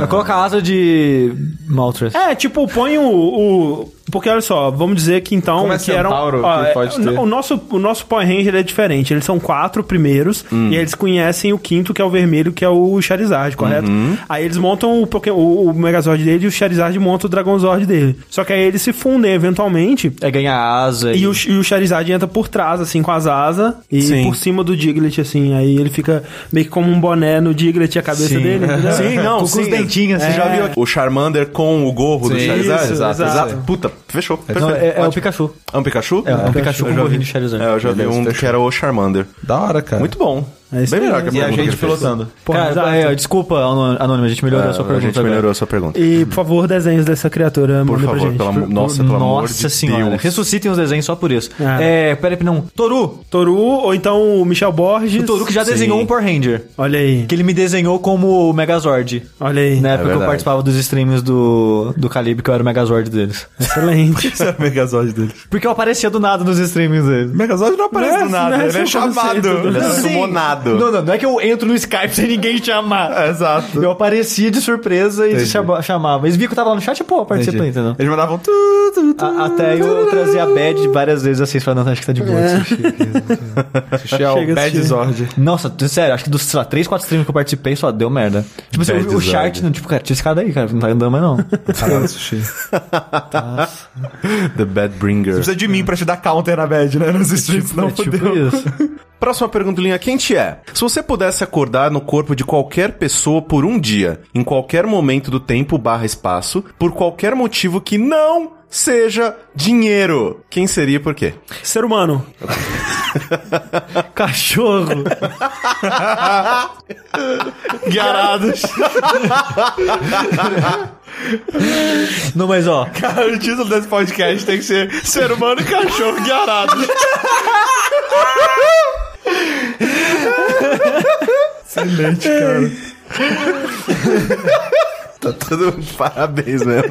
S4: Coloca a asa de Maltress.
S2: É, tipo, põe o, o- Porque olha só, vamos dizer que então.
S3: Como é
S2: que era um-
S3: centauro
S2: ó,
S3: que
S2: é,
S3: pode
S2: o-
S3: ter?
S2: O nosso, o nosso Power Ranger é diferente. Eles são quatro primeiros
S3: Hum.
S2: e eles conhecem o quinto, que é o vermelho, que é o Charizard, correto?
S3: Uhum.
S2: Aí eles montam o, Poké- o, o Megazord dele e o Charizard monta o Dragonzord dele. Só que aí eles se fundem eventualmente.
S4: É ganhar asa.
S2: E o, e o Charizard entra por trás, assim, com as asas, e
S1: Sim.
S2: por cima do Diglett, assim. Aí ele fica meio que como um boné no Diglett e a cabeça
S4: Sim.
S2: dele. entendeu?
S1: Sim, não,
S4: Com-
S3: Ah,
S4: com
S1: sim.
S4: os dentinhos,
S1: Você
S4: assim.
S1: já
S3: É.
S1: viu aqui? o Charmander com o gorro do
S3: Sim,
S1: Charizard?
S2: isso,
S1: exato,
S2: exato.
S1: exato. Puta, fechou. Perfeito.
S4: Não, é, é o
S1: Ótimo.
S4: Pikachu.
S1: É um Pikachu?
S4: É, o Pikachu com o gorrinho de Charizard.
S1: É, eu já vi
S3: Beleza,
S1: um
S3: fechou.
S1: que era o Charmander.
S3: Da hora, cara.
S1: Muito bom.
S2: É isso
S1: Bem
S2: aí.
S1: melhor que a
S3: E a
S1: pergunta que
S3: gente
S1: ele fez.
S3: pilotando.
S2: Porra, exato.
S4: Cara, é, desculpa, Anô- Anônimo, a gente melhorou a sua
S1: Ah, A
S4: pergunta.
S1: gente
S4: agora.
S1: melhorou a sua pergunta.
S2: E, por favor, desenhos dessa criatura,
S1: Por
S2: manda pra
S1: favor,
S2: gente.
S1: pelo amor... Nossa, pelo amor de
S4: Nossa senhora.
S1: Deus.
S4: Ressuscitem os desenhos só por isso.
S2: É.
S4: É, peraí, não. Toru!
S2: Toru, ou então o Michel Borges.
S4: O Toru que já desenhou um Power Ranger.
S2: Olha aí,
S4: Que ele me desenhou como o Megazord.
S2: olha aí.
S4: Na época
S1: É
S4: que eu
S1: verdade.
S4: participava dos streams do, do Calibre, que eu era o Megazord deles.
S2: Excelente.
S3: Esse era o Megazord dele.
S4: Porque eu aparecia do nada nos streams deles.
S3: O Megazord não aparece
S2: Não é-
S3: do nada,
S2: não é
S3: ele
S2: esse
S3: é
S2: o
S3: chamado.
S2: conceito,
S1: Ele
S2: né?
S1: é
S4: Sim.
S1: sumonado.
S4: Não, não, não é que eu entro no Skype sem ninguém chamar.
S3: Exato.
S4: Eu aparecia de surpresa e chama- chamava. Eles viam que eu tava lá no chat e, pô, participei, entendeu?
S3: Eles mandavam um tu, tu, tu.
S4: A- até eu trazia a bad várias vezes assim, falando, não, acho que tá de boa. esse Chico.
S3: Esse é o
S2: Chega a
S3: Bad
S2: assistir.
S3: Zord.
S4: Nossa, t- sério, acho que dos, sei lá, 3, 4 streams que eu participei só deu merda. Tipo assim,
S1: Bad
S4: o, o
S1: design.
S4: chart, não, tipo, cara, tira esse cara daí, cara, não tá andando mais não.
S3: Caralho, sushi. Você
S1: The Bad Bringer.
S3: precisa de mim pra te dar counter na bad, né? Nos streets, não
S4: é tipo
S3: fudeu.
S4: isso.
S1: Próxima pergunta linha quente é: Se você pudesse acordar no corpo de qualquer pessoa por um dia, em qualquer momento do tempo barra espaço, por qualquer motivo que não seja dinheiro, quem seria e por quê?
S2: Ser humano.
S4: Cachorro.
S3: Garados.
S4: Não, mas ó,
S3: Cara, o título desse podcast tem que ser Ser humano e cachorro guiarados. Excelente, cara.
S1: Tá todo mundo de parabéns, né?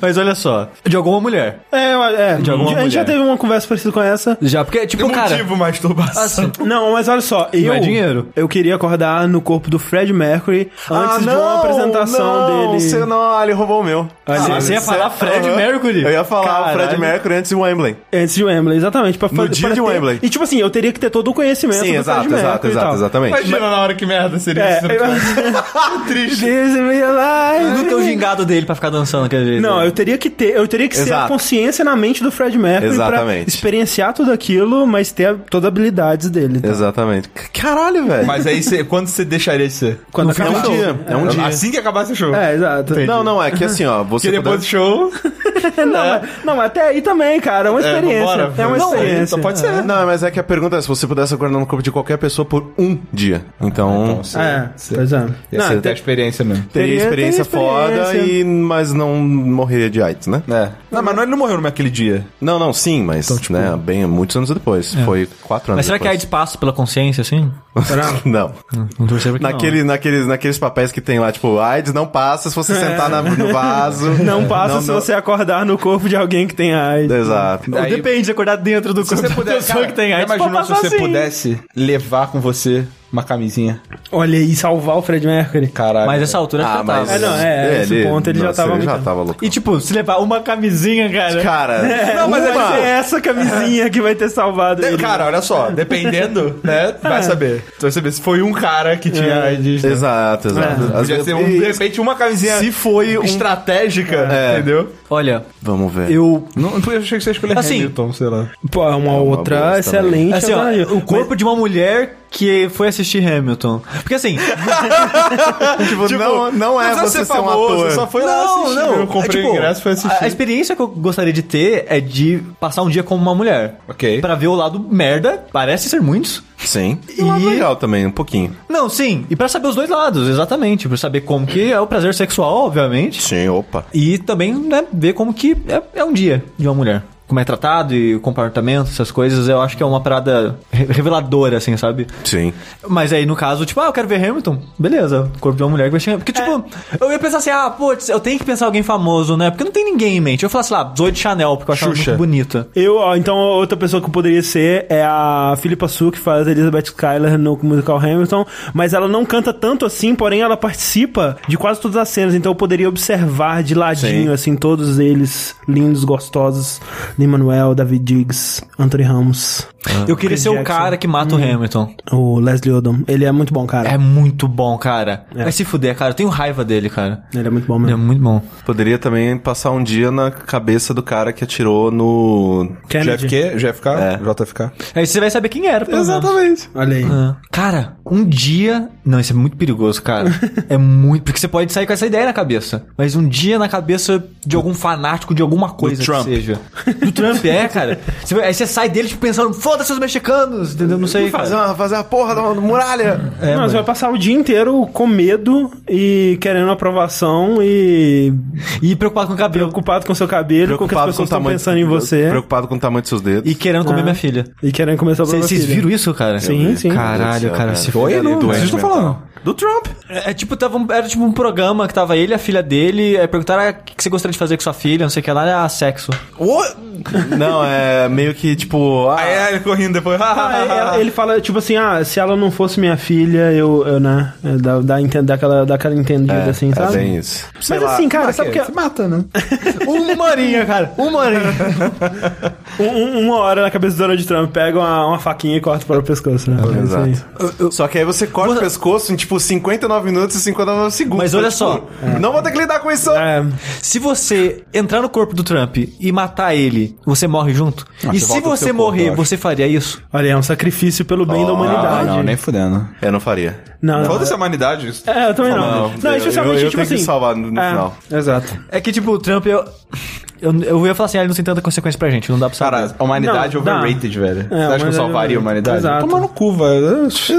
S4: mas olha só, de alguma mulher.
S2: É, é
S4: De alguma
S2: a gente já
S4: mulher.
S2: teve uma conversa parecida com essa.
S4: Já, porque, tipo, cara...
S3: Motivo masturbação.
S4: Assim,
S2: Não, mas olha só, eu.
S4: é dinheiro.
S2: Eu queria acordar no corpo do Fred Mercury antes de uma apresentação
S1: Ah, não,
S2: dele.
S1: Você não, ah, ele roubou o meu.
S4: você- você ia falar Fred
S1: Aham.
S4: Mercury?
S1: Eu ia falar o Fred
S4: Caralho.
S1: Mercury antes de Wembley.
S2: Antes de Wembley, exatamente. Pra fazer,
S1: dia
S2: pra
S1: de
S2: ter-
S1: Wembley.
S2: E tipo assim, eu teria que ter todo o conhecimento
S1: Sim,
S2: do
S1: exato,
S2: Fred Mercury
S1: exato,
S2: e tal.
S1: exato, exatamente.
S3: Imagina na hora que merda seria
S2: É,
S3: isso.
S2: eu...
S3: Triste.
S2: This is real life.
S4: no teu gingado dele pra ficar dançando daquele jeito.
S2: É. Não, eu teria que ter, eu teria que ser a
S1: Exato.
S2: consciência na mente do Fred Mercury pra
S1: Exatamente.
S2: experienciar tudo aquilo, mas ter a- todas as habilidades dele. tá?
S1: Exatamente. C- Caralho, velho.
S5: Mas aí, cê, quando você deixaria de ser?
S1: é
S2: Quando
S1: um
S2: acabar o show.
S1: dia, é um dia.
S5: Assim que acabasse o show.
S2: É, exato.
S1: Não, não, é que assim, ó, você
S5: Porque depois do
S1: puder-
S5: show...
S2: não, mas- não, mas até aí também, cara, é uma experiência.
S5: É. vambora,
S2: É, uma
S5: não,
S2: experiência.
S5: então pode ser.
S1: Não, mas é que a pergunta é se você pudesse acordar no corpo de qualquer pessoa por um dia. Então,
S2: É, pois é.
S5: Ia
S1: Não,
S5: ser
S1: tem-
S5: até a experiência mesmo.
S1: teria
S2: teria-
S1: experiência,
S2: teria
S1: foda,
S2: experiência.
S1: e, mas não morreria de AIDS, né?
S5: É. Não, mas não, ele não morreu naquele dia.
S1: Não, não, sim, mas
S2: Então, tipo,
S1: né, bem, muitos anos depois.
S2: É.
S1: Foi quatro anos
S4: Mas será que há
S1: depois.
S4: espaço pela consciência, assim?
S1: AIDS... não.
S4: Não torcer pra que não.
S1: Naquele, Naqueles, naqueles papéis que tem lá, tipo, AIDS não passa se você sentar na- no vaso.
S2: É. Não passa se
S1: não-
S2: você acordar no corpo de alguém que tem AIDS.
S1: Exato.
S4: Ou Depende de acordar dentro do
S5: Se
S4: corpo
S5: você
S4: da
S5: puder,
S4: pessoa
S5: cara,
S4: que tem
S5: já
S4: AIDS.
S5: imaginou
S4: pode
S5: se
S4: passar
S5: você
S4: assim.
S5: pudesse levar com você uma camisinha?
S2: Olha aí, salvar o Fred Mercury.
S5: Caralho.
S4: né? Mas essa altura tá,
S1: Ah,
S4: já tava.
S1: mas...
S2: É, não, é, esse ponto ele já tava
S1: ele já
S2: muito-
S1: tava louco.
S4: E tipo, se levar uma camisinha, cara.
S2: É.
S1: Cara, não, mas
S2: Vai ser essa camisinha que vai ter salvado
S5: De-
S2: ele.
S5: Cara, olha só, dependendo, né? Vai saber. Tu vai saber se foi um cara que tinha AIDS. né?
S1: Exato,
S2: É.
S1: exato. Às
S5: Podia
S1: vezes-
S5: ser, um, de repente, uma camisinha
S1: se foi um...
S5: estratégica,
S1: É.
S5: entendeu?
S4: Olha,
S1: Vamos ver.
S4: eu.
S5: Não, eu achei que você escolheu
S4: Assim,
S5: Hamilton, sei lá.
S2: Pô, é uma
S1: boa
S2: outra
S1: também.
S2: excelente.
S4: Assim, ó,
S2: avalia-
S4: o corpo de uma mulher que foi assistir Hamilton. Porque assim.
S1: Tipo, não, não é você ser, um ator.
S5: só foi lá assistir. Eu comprei o
S4: tipo,
S5: ingresso e foi
S4: a,
S5: assistir.
S4: a experiência que eu gostaria de ter é de passar um dia como uma mulher.
S5: Ok.
S4: Pra ver o lado merda, parece ser muitos.
S1: Sim. E
S4: E-
S1: legal também, um pouquinho.
S4: Não, sim. E pra saber os dois lados, exatamente. Pra saber como que é o prazer sexual, obviamente.
S1: Sim, opa.
S4: E também, né, ver como que é, é um dia de uma mulher. Como é tratado e o comportamento, essas coisas, eu acho que é uma parada re- reveladora, assim, sabe?
S1: Sim.
S4: Mas aí, no caso, tipo, ah, eu quero ver Hamilton. Beleza, corpo de uma mulher que vai chegar. Porque, tipo, eu ia pensar assim, ah, putz, eu tenho que pensar alguém famoso, né? Porque não tem ninguém em mente. Eu falasse lá, 18 Chanel, porque eu achava
S5: Xuxa.
S4: muito bonita.
S2: Eu, ó, então outra pessoa que eu poderia ser é a Philippa Su, que faz a Elizabeth Skyler no musical Hamilton, mas ela não canta tanto assim, porém ela participa de quase todas as cenas, então eu poderia observar de ladinho,
S1: Sim.
S2: assim, todos eles lindos, gostosos, Lin-Manuel, David Diggs, Anthony Ramos,
S4: Eu queria ser o
S2: Jackson.
S4: cara que mata o Hamilton.
S2: o Leslie Odom, ele é muito bom, cara,
S4: É muito bom, cara. Vai se fuder, cara. Eu tenho raiva dele, cara.
S2: ele é muito bom
S4: Ele é
S2: mesmo.
S4: muito bom.
S1: Poderia também passar um dia na cabeça do cara que atirou no.
S2: Kennedy,
S5: JFK, JFK,
S1: É.
S5: JFK.
S4: Aí você vai saber quem era, pelo menos.
S2: olha aí.
S4: Ah. Cara, um dia. Não, isso é muito perigoso, cara. é muito. Porque você pode sair com essa ideia na cabeça. Mas um dia na cabeça de algum fanático de alguma coisa
S1: Trump.
S4: que seja. Do Trump, é, cara. Você vai- aí você sai dele, tipo, pensando, foda-se os mexicanos, entendeu? Não sei.
S1: Fazer,
S4: Cara.
S1: uma, fazer a porra da muralha!
S4: É,
S2: não,
S4: mano.
S2: você vai passar o dia inteiro com medo e querendo aprovação e
S4: E preocupado com o cabelo.
S2: preocupado com seu cabelo, com o que as pessoas estão pensando em você.
S1: Preocupado com o tamanho dos seus dedos.
S4: E querendo comer
S2: Ah.
S4: minha filha.
S2: E querendo começar a
S4: Cê- Vocês viram isso, cara?
S2: Sim, sim.
S1: Meu Deus do
S4: Caralho,
S1: céu,
S4: cara,
S1: cara.
S4: se é
S1: Foi,
S4: foi.
S1: não,
S5: vocês estão
S1: mental.
S5: falando?
S1: Do Trump!
S4: É, é tipo, tava um- era tipo um programa que tava ele, a filha dele, aí perguntaram ah, o que que você gostaria de fazer com sua filha, não sei o que lá, ah, sexo.
S1: Não, é meio que tipo. ah,
S5: Aí aí é, ele correndo depois.
S2: Ah, é, é, ele fala, tipo assim, ah, se ela não fosse minha filha, eu, eu né? é, Dá, dá, a enten- dá aquela, dá aquela entendida,
S1: é,
S2: assim,
S1: é
S2: sabe?
S1: bem isso.
S2: Mas assim, cara, sabe o que...
S5: Se mata, né?
S4: Uma horinha, cara, uma horinha.
S2: Um- um- uma hora na cabeça do Donald Trump, pega uma, uma faquinha e corta para o pescoço, né? É isso aí.
S1: Exato. Só que aí você corta o pescoço em tipo 59 minutos e 59 segundos.
S4: Mas olha
S1: Então, tipo, Não vou ter que lidar com isso!
S2: É,
S4: Se você entrar no corpo do Trump e matar ele, você morre junto? e se
S5: Ah, volta pro
S4: você
S5: seu corpo,
S4: morrer,
S5: eu acho.
S4: você faria isso?
S2: olha, é um sacrifício pelo bem da
S1: Ah,
S2: humanidade.
S5: não, nem fudendo.
S1: Eu não faria.
S2: Não, não.
S5: Foda-se a humanidade. Isso.
S2: É, eu também não.
S1: Não,
S2: Não,
S1: eu-
S2: especialmente,
S1: eu- eu
S2: tipo
S1: tenho que
S2: assim...
S1: salvar no- no
S2: é,
S1: final.
S2: Exato.
S4: É que, tipo, o Trump, eu, eu, eu ia falar assim, ah, ele não tem tanta consequência pra gente, não dá pra saber.
S5: Cara, a humanidade
S2: Não,
S5: é
S2: dá.
S5: overrated, velho. Você acha
S2: humanidade
S5: que eu salvaria a humanidade?
S2: Exato.
S5: Toma no cu, velho.
S1: Só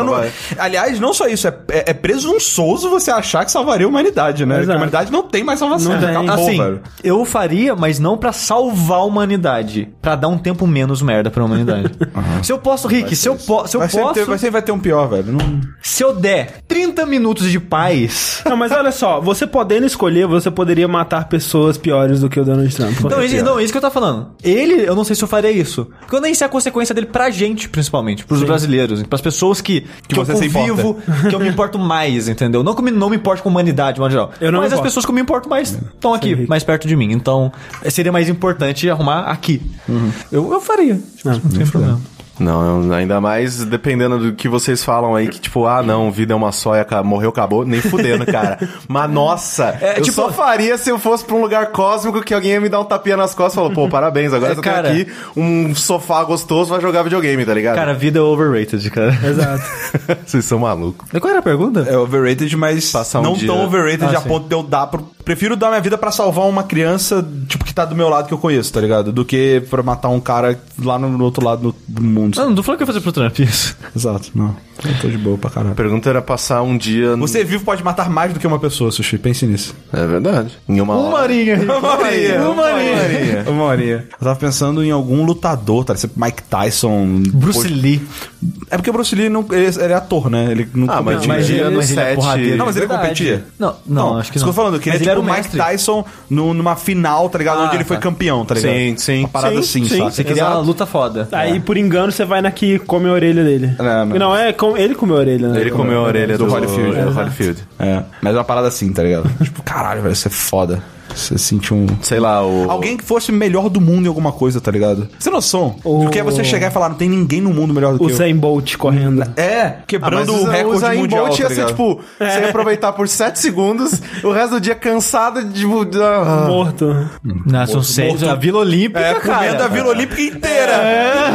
S5: Eu não-
S4: é.
S1: vai.
S5: aliás, não só isso, é, é, é presunçoso você achar que salvaria a humanidade, né?
S2: Exato.
S5: Porque a humanidade não tem mais salvação.
S2: Não tem.
S5: Acabou,
S4: assim,
S5: tá velho.
S4: eu faria, mas não pra salvar a humanidade, Pra dar um tempo menos merda pra humanidade. Se eu posso, Rick, se eu, po se eu
S5: Vai sempre,
S4: posso,
S5: ter, vai sempre vai ter um pior, velho. Não-
S4: se eu der 30 minutos de paz.
S2: Não, mas olha só, você podendo escolher, você poderia matar pessoas piores do que o Donald Trump.
S4: Não, isso, não, é isso que eu tô falando. Ele, eu não sei se eu faria isso. Porque eu nem sei a consequência dele pra gente, principalmente. Pros brasileiros. Pras pessoas que, que,
S5: você
S4: eu
S5: se
S4: convivo, que eu me importo mais, entendeu? Não que eu me- não me importo com a humanidade, de modo geral.
S2: Eu não me
S4: mas as
S2: importo.
S4: pessoas que eu me importo mais estão aqui, mais perto de mim. Então, eh, seria mais importante arrumar aqui. Eu, eu faria. Tipo,
S2: Não,
S4: não tem problema.
S1: Não, ainda mais dependendo do que vocês falam aí, que tipo, ah não, vida é uma só e aca- morreu, acabou, nem fudendo, cara. Mas nossa, eu
S4: tipo-
S1: só faria se eu fosse pra um lugar cósmico que alguém ia me dar um tapinha nas costas e falou, pô, parabéns, agora
S4: É,
S1: você
S4: cara.
S1: tem aqui um sofá gostoso, vai jogar videogame, tá ligado?
S4: Cara, vida é overrated, cara.
S2: Exato.
S1: vocês são malucos.
S4: Qual era a pergunta?
S3: É overrated, mas
S1: Passar um
S3: não
S1: dia-
S3: tão overrated
S4: Ah,
S3: a
S4: sim.
S3: ponto de eu dar pro... Prefiro dar minha vida pra salvar uma criança, tipo, que tá do meu lado que eu conheço, tá ligado? Do que pra matar um cara lá no, no outro lado do- do mundo.
S4: Ah, Não, não tô falando que eu ia fazer pro Trump isso.
S3: Exato, não. Eu tô de boa pra caralho.
S1: A pergunta era passar um dia. no-
S3: Você vivo pode matar mais do que uma pessoa, Sushi. Pense nisso.
S1: É verdade. Em uma, hora.
S4: horinha.
S3: Uma horinha.
S4: Uma horinha.
S3: Uma horinha. Eu tava pensando em algum lutador, tá? Tipo Mike Tyson.
S4: Bruce Lee.
S3: É porque o Bruce Lee não, ele, ele é ator, né? Ele não
S1: Ah, mas
S3: competia.
S1: imagina
S4: ele-
S1: no
S4: mas ele é
S1: set.
S4: porradeiro.
S3: Não, mas ele
S4: Verdade.
S3: competia.
S4: Não, não, acho que
S3: isso
S4: não.
S3: eu tô falando, eu queria
S4: Mas ele
S3: tipo
S4: era
S3: o
S4: um
S3: Mike
S4: mestre.
S3: Tyson no- numa final, tá ligado?
S4: Ah,
S3: Onde ele foi
S4: tá.
S3: campeão, tá ligado?
S1: Sim, sim.
S3: Uma parada
S2: Sim,
S3: assim,
S2: sim.
S3: sabe?
S4: Você queria uma luta foda.
S2: Aí, por engano, você vai na que come a orelha dele.
S3: É,
S2: não.
S3: não.
S2: é com- ele comeu a orelha, né?
S1: Ele comeu a orelha do,
S3: Do Holyfield,
S1: do
S3: exato.
S1: Holyfield.
S3: É, mas é uma parada assim, tá ligado? tipo, caralho, velho, isso é foda. Você sente um...
S1: Sei lá, o.
S3: Alguém que fosse melhor do mundo em alguma coisa, tá ligado? Você tem noção?
S2: O-
S3: Porque é você chegar e falar, não tem ninguém no mundo melhor do
S2: O
S3: que eu.
S2: Zen Bolt correndo.
S4: Hum.
S3: É,
S1: Ah, mas
S3: quebrando
S1: usa-
S3: o recorde
S1: usa em
S3: mundial,
S1: Bolt ia
S3: tá
S1: ser,
S3: ligado?
S1: tipo, você ia aproveitar por 7 segundos, o resto do dia cansado de... Ah,
S2: Morto.
S4: Não, são seis. A Vila Olímpica,
S3: É,
S4: cara.
S3: comendo a Vila Olímpica inteira.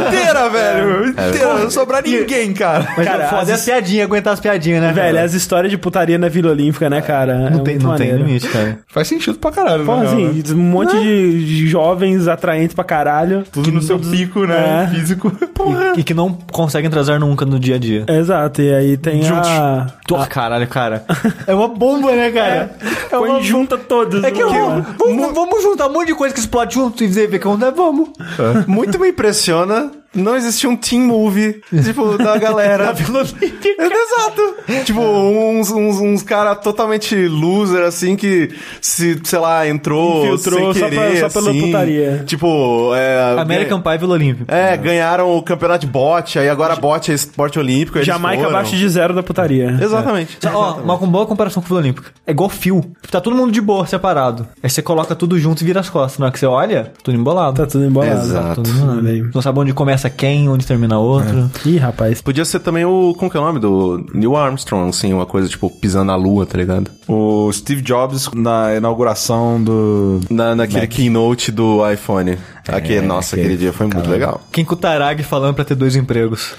S3: Inteira, velho. Inteira. não sobrar ninguém, cara.
S4: Mas
S2: Cara,
S4: cara, foda
S2: as-
S4: é as piadinhas, aguentar as piadinhas, né?
S2: Velho,
S4: cara?
S2: as histórias de putaria na Vila Olímpica, né, cara?
S4: Não, tem, não tem limite, cara.
S3: Faz sentido pra caralho,
S2: Pô,
S3: né?
S2: assim, um monte de de jovens atraentes pra caralho.
S3: Tudo no seu pico,
S2: É.
S3: né? Físico. Porra.
S4: E que não conseguem transar nunca no dia a dia.
S2: Exato, e aí tem a...
S4: Tô- Caralho, cara. ah, É uma bomba, né, cara? É,
S2: Põe
S4: uma
S2: junta todos.
S4: É que eu
S2: né?
S4: vou, vamos, vamos juntar um monte de coisa que explode junto e ver que onda vamos.
S1: Muito me impressiona não existir um team movie, tipo, da galera. Exato. Tipo, uns, uns, uns cara totalmente loser, assim, que se, sei lá, entrou
S2: Infiltrou
S1: sem
S2: só pra-
S1: querer,
S2: só pela
S1: assim.
S2: putaria.
S1: Tipo, é...
S4: American Pie Vila Olímpica.
S1: É, ganharam o campeonato de bote, aí agora bote é esporte olímpico. eles
S2: Jamaica
S1: foram.
S2: abaixo de zero da putaria.
S1: Exatamente.
S4: Só, Ó, uma com boa comparação com Vila Olímpica. É igual fio. Tá todo mundo de boa, separado. Aí você coloca tudo junto e vira as costas. Na hora que você olha, tudo embolado.
S2: Tá tudo embolado.
S1: Exato.
S2: Tudo embolado, velho.
S4: Não sabe onde começa quem, onde termina outro.
S2: Ih, rapaz.
S1: Podia ser também o. Como que é o nome? Do Neil Armstrong, assim, uma coisa tipo pisando na lua, tá ligado?
S3: O Steve Jobs na inauguração do.
S1: Na, naquele keynote do iPhone. Aqui, nossa, É, aquele dia foi muito legal.
S4: Quem com o Tarag falando pra ter dois empregos.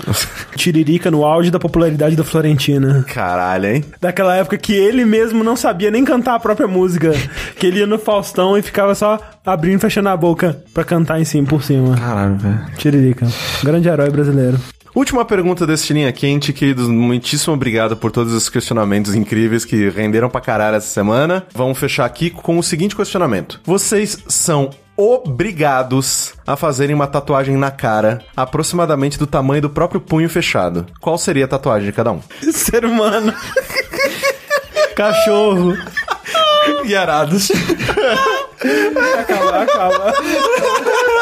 S2: Tiririca no auge da popularidade da Florentina.
S1: Caralho, hein?
S2: Daquela época que ele mesmo não sabia nem cantar a própria música. Que ele ia no Faustão e ficava só abrindo e fechando a boca pra cantar em cima, por cima.
S3: Caralho, velho.
S2: Tiririca. Grande herói brasileiro.
S1: Última pergunta desse Tirinha Quente, queridos. Muitíssimo obrigado por todos os questionamentos incríveis que renderam pra caralho essa semana. Vamos fechar aqui com o seguinte questionamento: Vocês são obrigados a fazerem uma tatuagem na cara aproximadamente do tamanho do próprio punho fechado. Qual seria a tatuagem de cada um?
S2: Ser humano. Cachorro.
S3: E arados.
S2: Acaba, acaba.